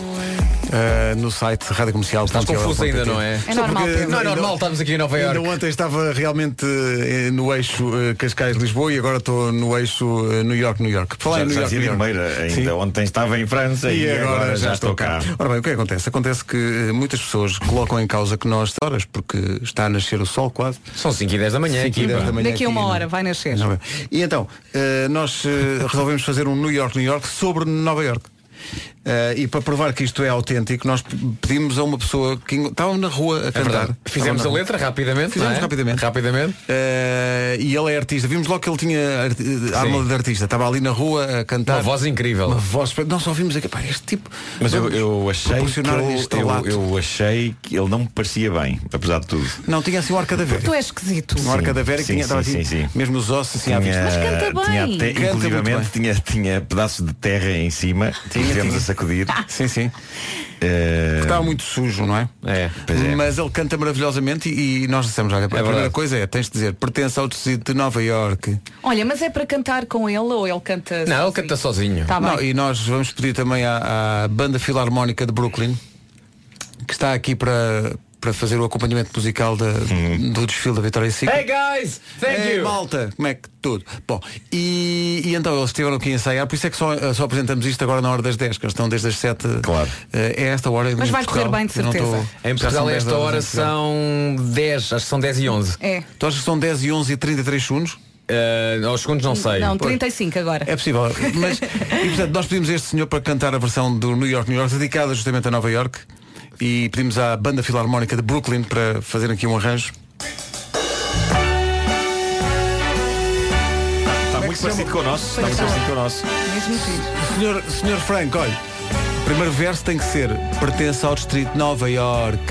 Speaker 1: eh, no site radiocomercial.
Speaker 2: Estás confuso ainda, não é? É normal, Pedro. Não é normal, estamos aqui em Nova Iorque.
Speaker 1: Ainda ontem estava realmente eh, no eixo eh, Cascais-Lisboa e agora estou no eixo eh, New York-New York. Falar
Speaker 4: Já,
Speaker 1: em New
Speaker 4: já
Speaker 1: York,
Speaker 4: dizia
Speaker 1: New York.
Speaker 4: Limeira ainda.
Speaker 1: Sim.
Speaker 4: Ontem estava em França e, agora, já estou cá.
Speaker 1: Ora bem, o que é que acontece? Acontece que eh, muitas pessoas colocam em causa que nós horas, porque está a nascer o sol quase.
Speaker 2: São 5 e 10 da manhã
Speaker 1: Cinco e
Speaker 2: aqui, é?
Speaker 1: dez
Speaker 2: pá.
Speaker 1: da manhã
Speaker 3: Daqui a uma
Speaker 1: aqui,
Speaker 3: hora vai nascer.
Speaker 1: não é? E então, eh, nós eh, resolvemos fazer um New York, New York sobre Nova York. Eh, e para provar que isto é autêntico, nós p- pedimos a uma pessoa que en- estava na
Speaker 4: É
Speaker 1: rua a cantar.
Speaker 2: É verdade. Fizemos
Speaker 1: Estava na
Speaker 2: a letra
Speaker 1: rua.
Speaker 2: rapidamente,
Speaker 1: Fizemos
Speaker 2: não é?
Speaker 1: rapidamente.
Speaker 2: Rapidamente.
Speaker 1: Eh, e ele é artista. Vimos logo que ele tinha arti- alma de artista. Estava ali na rua a cantar.
Speaker 2: Uma voz incrível.
Speaker 1: Tá. Uma voz. Nós só vimos aqui, pá, este tipo.
Speaker 4: Mas eu,
Speaker 1: Vamos
Speaker 4: eu achei que
Speaker 1: proporcionar
Speaker 4: ele,
Speaker 1: isto ao
Speaker 4: eu,
Speaker 1: lado.
Speaker 4: eu achei que ele não me parecia bem, apesar de tudo.
Speaker 1: Não, tinha assim o arca da Vera.
Speaker 3: Tu és esquisito.
Speaker 1: Um ar cadavérico,
Speaker 4: sim,
Speaker 1: tinha,
Speaker 4: sim,
Speaker 1: estava
Speaker 4: sim,
Speaker 1: assim,
Speaker 4: sim.
Speaker 1: mesmo os ossos assim à vista.
Speaker 4: tinha
Speaker 1: Canta
Speaker 4: até,
Speaker 1: muito
Speaker 4: inclusivamente
Speaker 1: bem.
Speaker 4: tinha, tinha pedaço de terra em cima que tivemos a sacudir. Eh,
Speaker 1: Sim, sim. Estava muito sujo, não é?
Speaker 2: É,
Speaker 1: Mas ele canta maravilhosamente e, e nós dissemos, olha, a primeira
Speaker 2: verdade.
Speaker 1: coisa é, tens de dizer, pertence ao tecido de Nova York.
Speaker 3: Olha, mas é para cantar com ele ou ele canta.
Speaker 2: ele canta sozinho.
Speaker 3: Tá bem.
Speaker 1: e nós vamos pedir também à, à Banda Filarmónica de Brooklyn, que está aqui para, para fazer o acompanhamento musical da-
Speaker 2: Uhum.
Speaker 1: do desfile da Vitória Secret.
Speaker 2: guys!
Speaker 1: Ei, malta, como é que tudo? Bom, e, e então eles estiveram aqui a ensaiar, por isso é que só, só apresentamos isto agora na hora das 10, que eles estão desde as 7. Claro. É esta hora.
Speaker 3: Mas
Speaker 1: em
Speaker 3: vai
Speaker 1: Portugal,
Speaker 3: correr bem, de
Speaker 1: eu não
Speaker 3: certeza.
Speaker 1: estou-
Speaker 2: Em
Speaker 1: já são
Speaker 2: Portugal,
Speaker 1: 10
Speaker 2: esta
Speaker 1: horas em
Speaker 2: hora
Speaker 1: Portugal.
Speaker 2: são 10, acho que são 10 e 11.
Speaker 3: É.
Speaker 1: Tu achas que são 10 e 11 e 33 segundos?
Speaker 2: Eh, aos segundos não sei.
Speaker 3: Não,
Speaker 2: Pois.
Speaker 3: 35 agora.
Speaker 1: É possível. Mas, e portanto, nós pedimos a este senhor para cantar a versão do New York, New York, dedicada justamente a Nova York. E pedimos à Banda Filarmónica de Brooklyn para fazer aqui um arranjo.
Speaker 4: Está muito parecido com o nosso. Está muito parecido com o nosso.
Speaker 3: é.
Speaker 1: Senhor, senhor Franco, olha, o primeiro verso tem que ser pertence ao distrito de Nova York.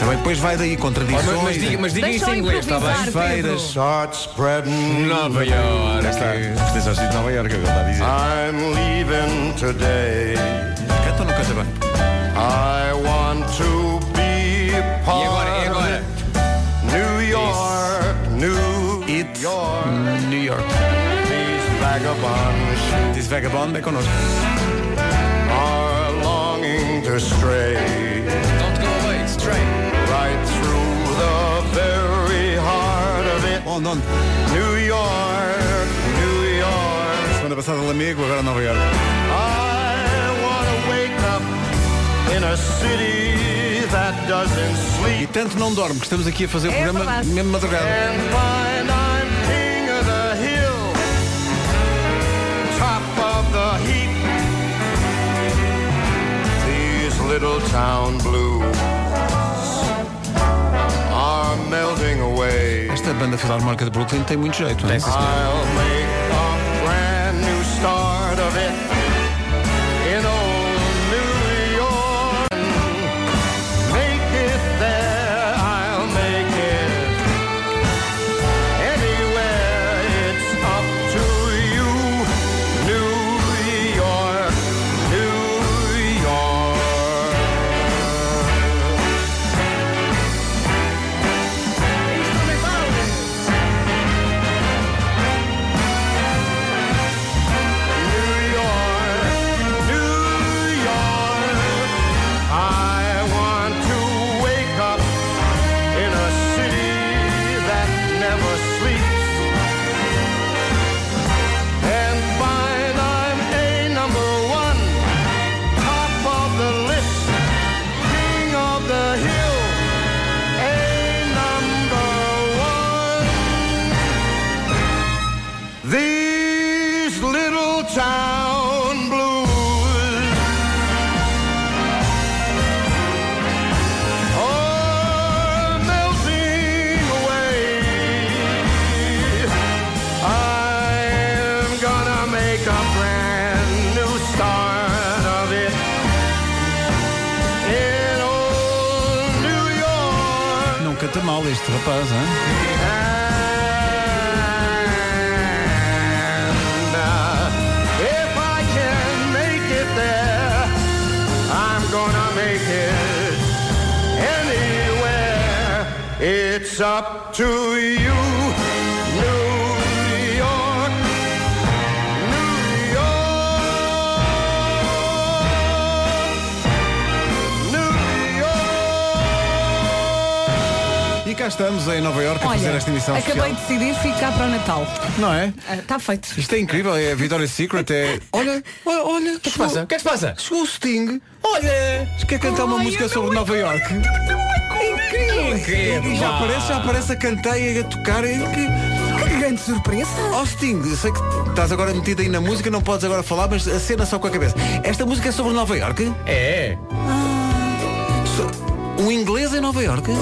Speaker 1: Também depois vai daí contradições.
Speaker 2: Oh, mas- mas diga- mas diga Deixa isto em eu inglês, está bem? improvisar, Pedro.
Speaker 1: Feiras, short spreading.
Speaker 2: Nova York.
Speaker 4: Já está. Pertence ao Distrito de Nova Iorque, é o que ele está a dizer.
Speaker 15: I'm leaving today.
Speaker 1: Canta ou não canta bem?
Speaker 15: I want to be part of New York, New York,
Speaker 1: New York.
Speaker 15: These vagabonds
Speaker 1: Diz Vagabond é connosco.
Speaker 15: are longing to stray. Don't go away, stray. Right through the very heart of it.
Speaker 1: On, on.
Speaker 15: New York, New York.
Speaker 1: Semana passada Lamego, agora Nova York.
Speaker 15: I wanna wake up in a city that doesn't sleep.
Speaker 1: E tanto não dorme que estamos aqui a fazer o programa mesmo madrugada.
Speaker 15: And find I'm king of the hill, top of the heap. These little town blues are melting away.
Speaker 1: Esta banda filarmónica de Brooklyn tem muito jeito, não é?
Speaker 15: I'll make a brand new start of it in old New York. Make it there, I'll make it anywhere. It's up to you, New York, New York. I want to wake up in a city that never sleeps and find I'm a number one, top of the list, king of the hill, a number one. These little town blues. are melting away. I'm gonna make a brand new start of it in old New York.
Speaker 1: Não canta mal este rapaz, é? hein?
Speaker 15: uh, If I can make it there, I'm gonna make it anywhere. It's up to you, New York, New York.
Speaker 1: cá estamos em Nova Iorque a
Speaker 3: Olha,
Speaker 1: fazer esta emissão
Speaker 3: acabei
Speaker 1: especial.
Speaker 3: de decidir ficar para o Natal.
Speaker 1: Não é?
Speaker 3: Está feito.
Speaker 1: Isto é incrível, é a Victoria's Secret, é... Olha, olha, olha. O que é que se
Speaker 2: passa? O que é que se passa?
Speaker 1: Chegou o Sting. Olha! Quer cantar uma música sobre Nova Iorque? Incrível!
Speaker 2: Incrível,
Speaker 1: E já
Speaker 2: pá.
Speaker 1: aparece, já aparece a cantar e a tocar. E que...
Speaker 3: que grande surpresa!
Speaker 1: Oh Sting, eu sei que estás agora metido aí na música, não podes agora falar, mas acena só com a cabeça. Esta música é sobre Nova Iorque?
Speaker 2: É.
Speaker 1: Um inglês em Nova Iorque?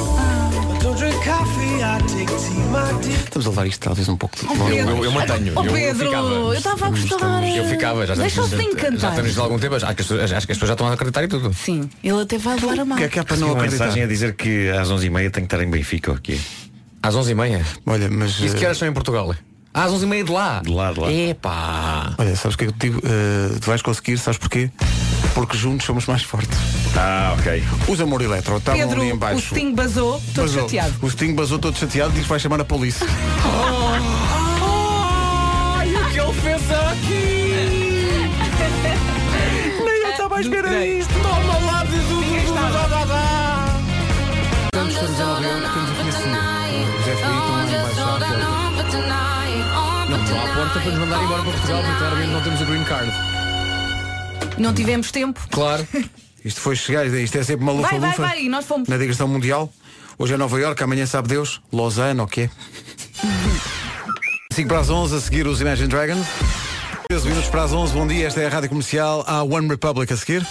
Speaker 1: Estamos a levar isto talvez um pouco de
Speaker 2: Eu- eu- eu mantenho.
Speaker 3: Oh,
Speaker 2: Eu
Speaker 3: Pedro,
Speaker 2: ficava.
Speaker 3: eu estava a gostar.
Speaker 2: Eu ficava, já
Speaker 3: Deixa o
Speaker 2: estamos,
Speaker 3: Sting
Speaker 2: já, já
Speaker 3: cantar.
Speaker 2: estamos há algum tempo, acho que, as pessoas, acho que as pessoas já estão a acreditar e tudo.
Speaker 3: Sim, ele até vai levar a mão.
Speaker 1: é
Speaker 2: é
Speaker 4: Recebi uma mensagem a dizer que às 11h30 tenho que estar em Benfica ou aqui.
Speaker 2: Às 11h30?
Speaker 1: Olha, mas...
Speaker 2: E se que horas são em Portugal? Às 11h30 de lá.
Speaker 4: De lá, de lá.
Speaker 2: Epá.
Speaker 1: Olha, sabes o que é que eu te digo? Eh, tu vais conseguir, sabes porquê? Porque juntos somos mais fortes.
Speaker 4: Ah, ok.
Speaker 1: Os Amor Eletro estavam
Speaker 3: Pedro,
Speaker 1: ali em
Speaker 3: o
Speaker 1: baixo.
Speaker 3: Sting basou, estou
Speaker 1: Basou.
Speaker 3: chateado.
Speaker 1: O Sting basou todo chateado e diz que vai chamar a polícia.
Speaker 2: Ai, o que ele fez aqui?
Speaker 1: Nem eu estava à espera
Speaker 2: isto. Toma lá de
Speaker 1: Estamos todos a ver, temos aqui esse senhor. José Filipe, um homem mais alto.
Speaker 2: Não, estão à porta para nos mandar embora para Portugal, porque claramente não temos o green card.
Speaker 3: Não tivemos tempo.
Speaker 2: Claro.
Speaker 1: Isto foi chegar, isto é sempre uma lufa
Speaker 3: Vai, vai, vai, e nós fomos.
Speaker 1: Na digressão mundial. Hoje é Nova Iorque, amanhã sabe Deus. Lausanne, o quê? 5 para as 11, a seguir os Imagine Dragons. 13 minutos para as 11, bom dia, esta é a Rádio Comercial. Há One Republic a seguir.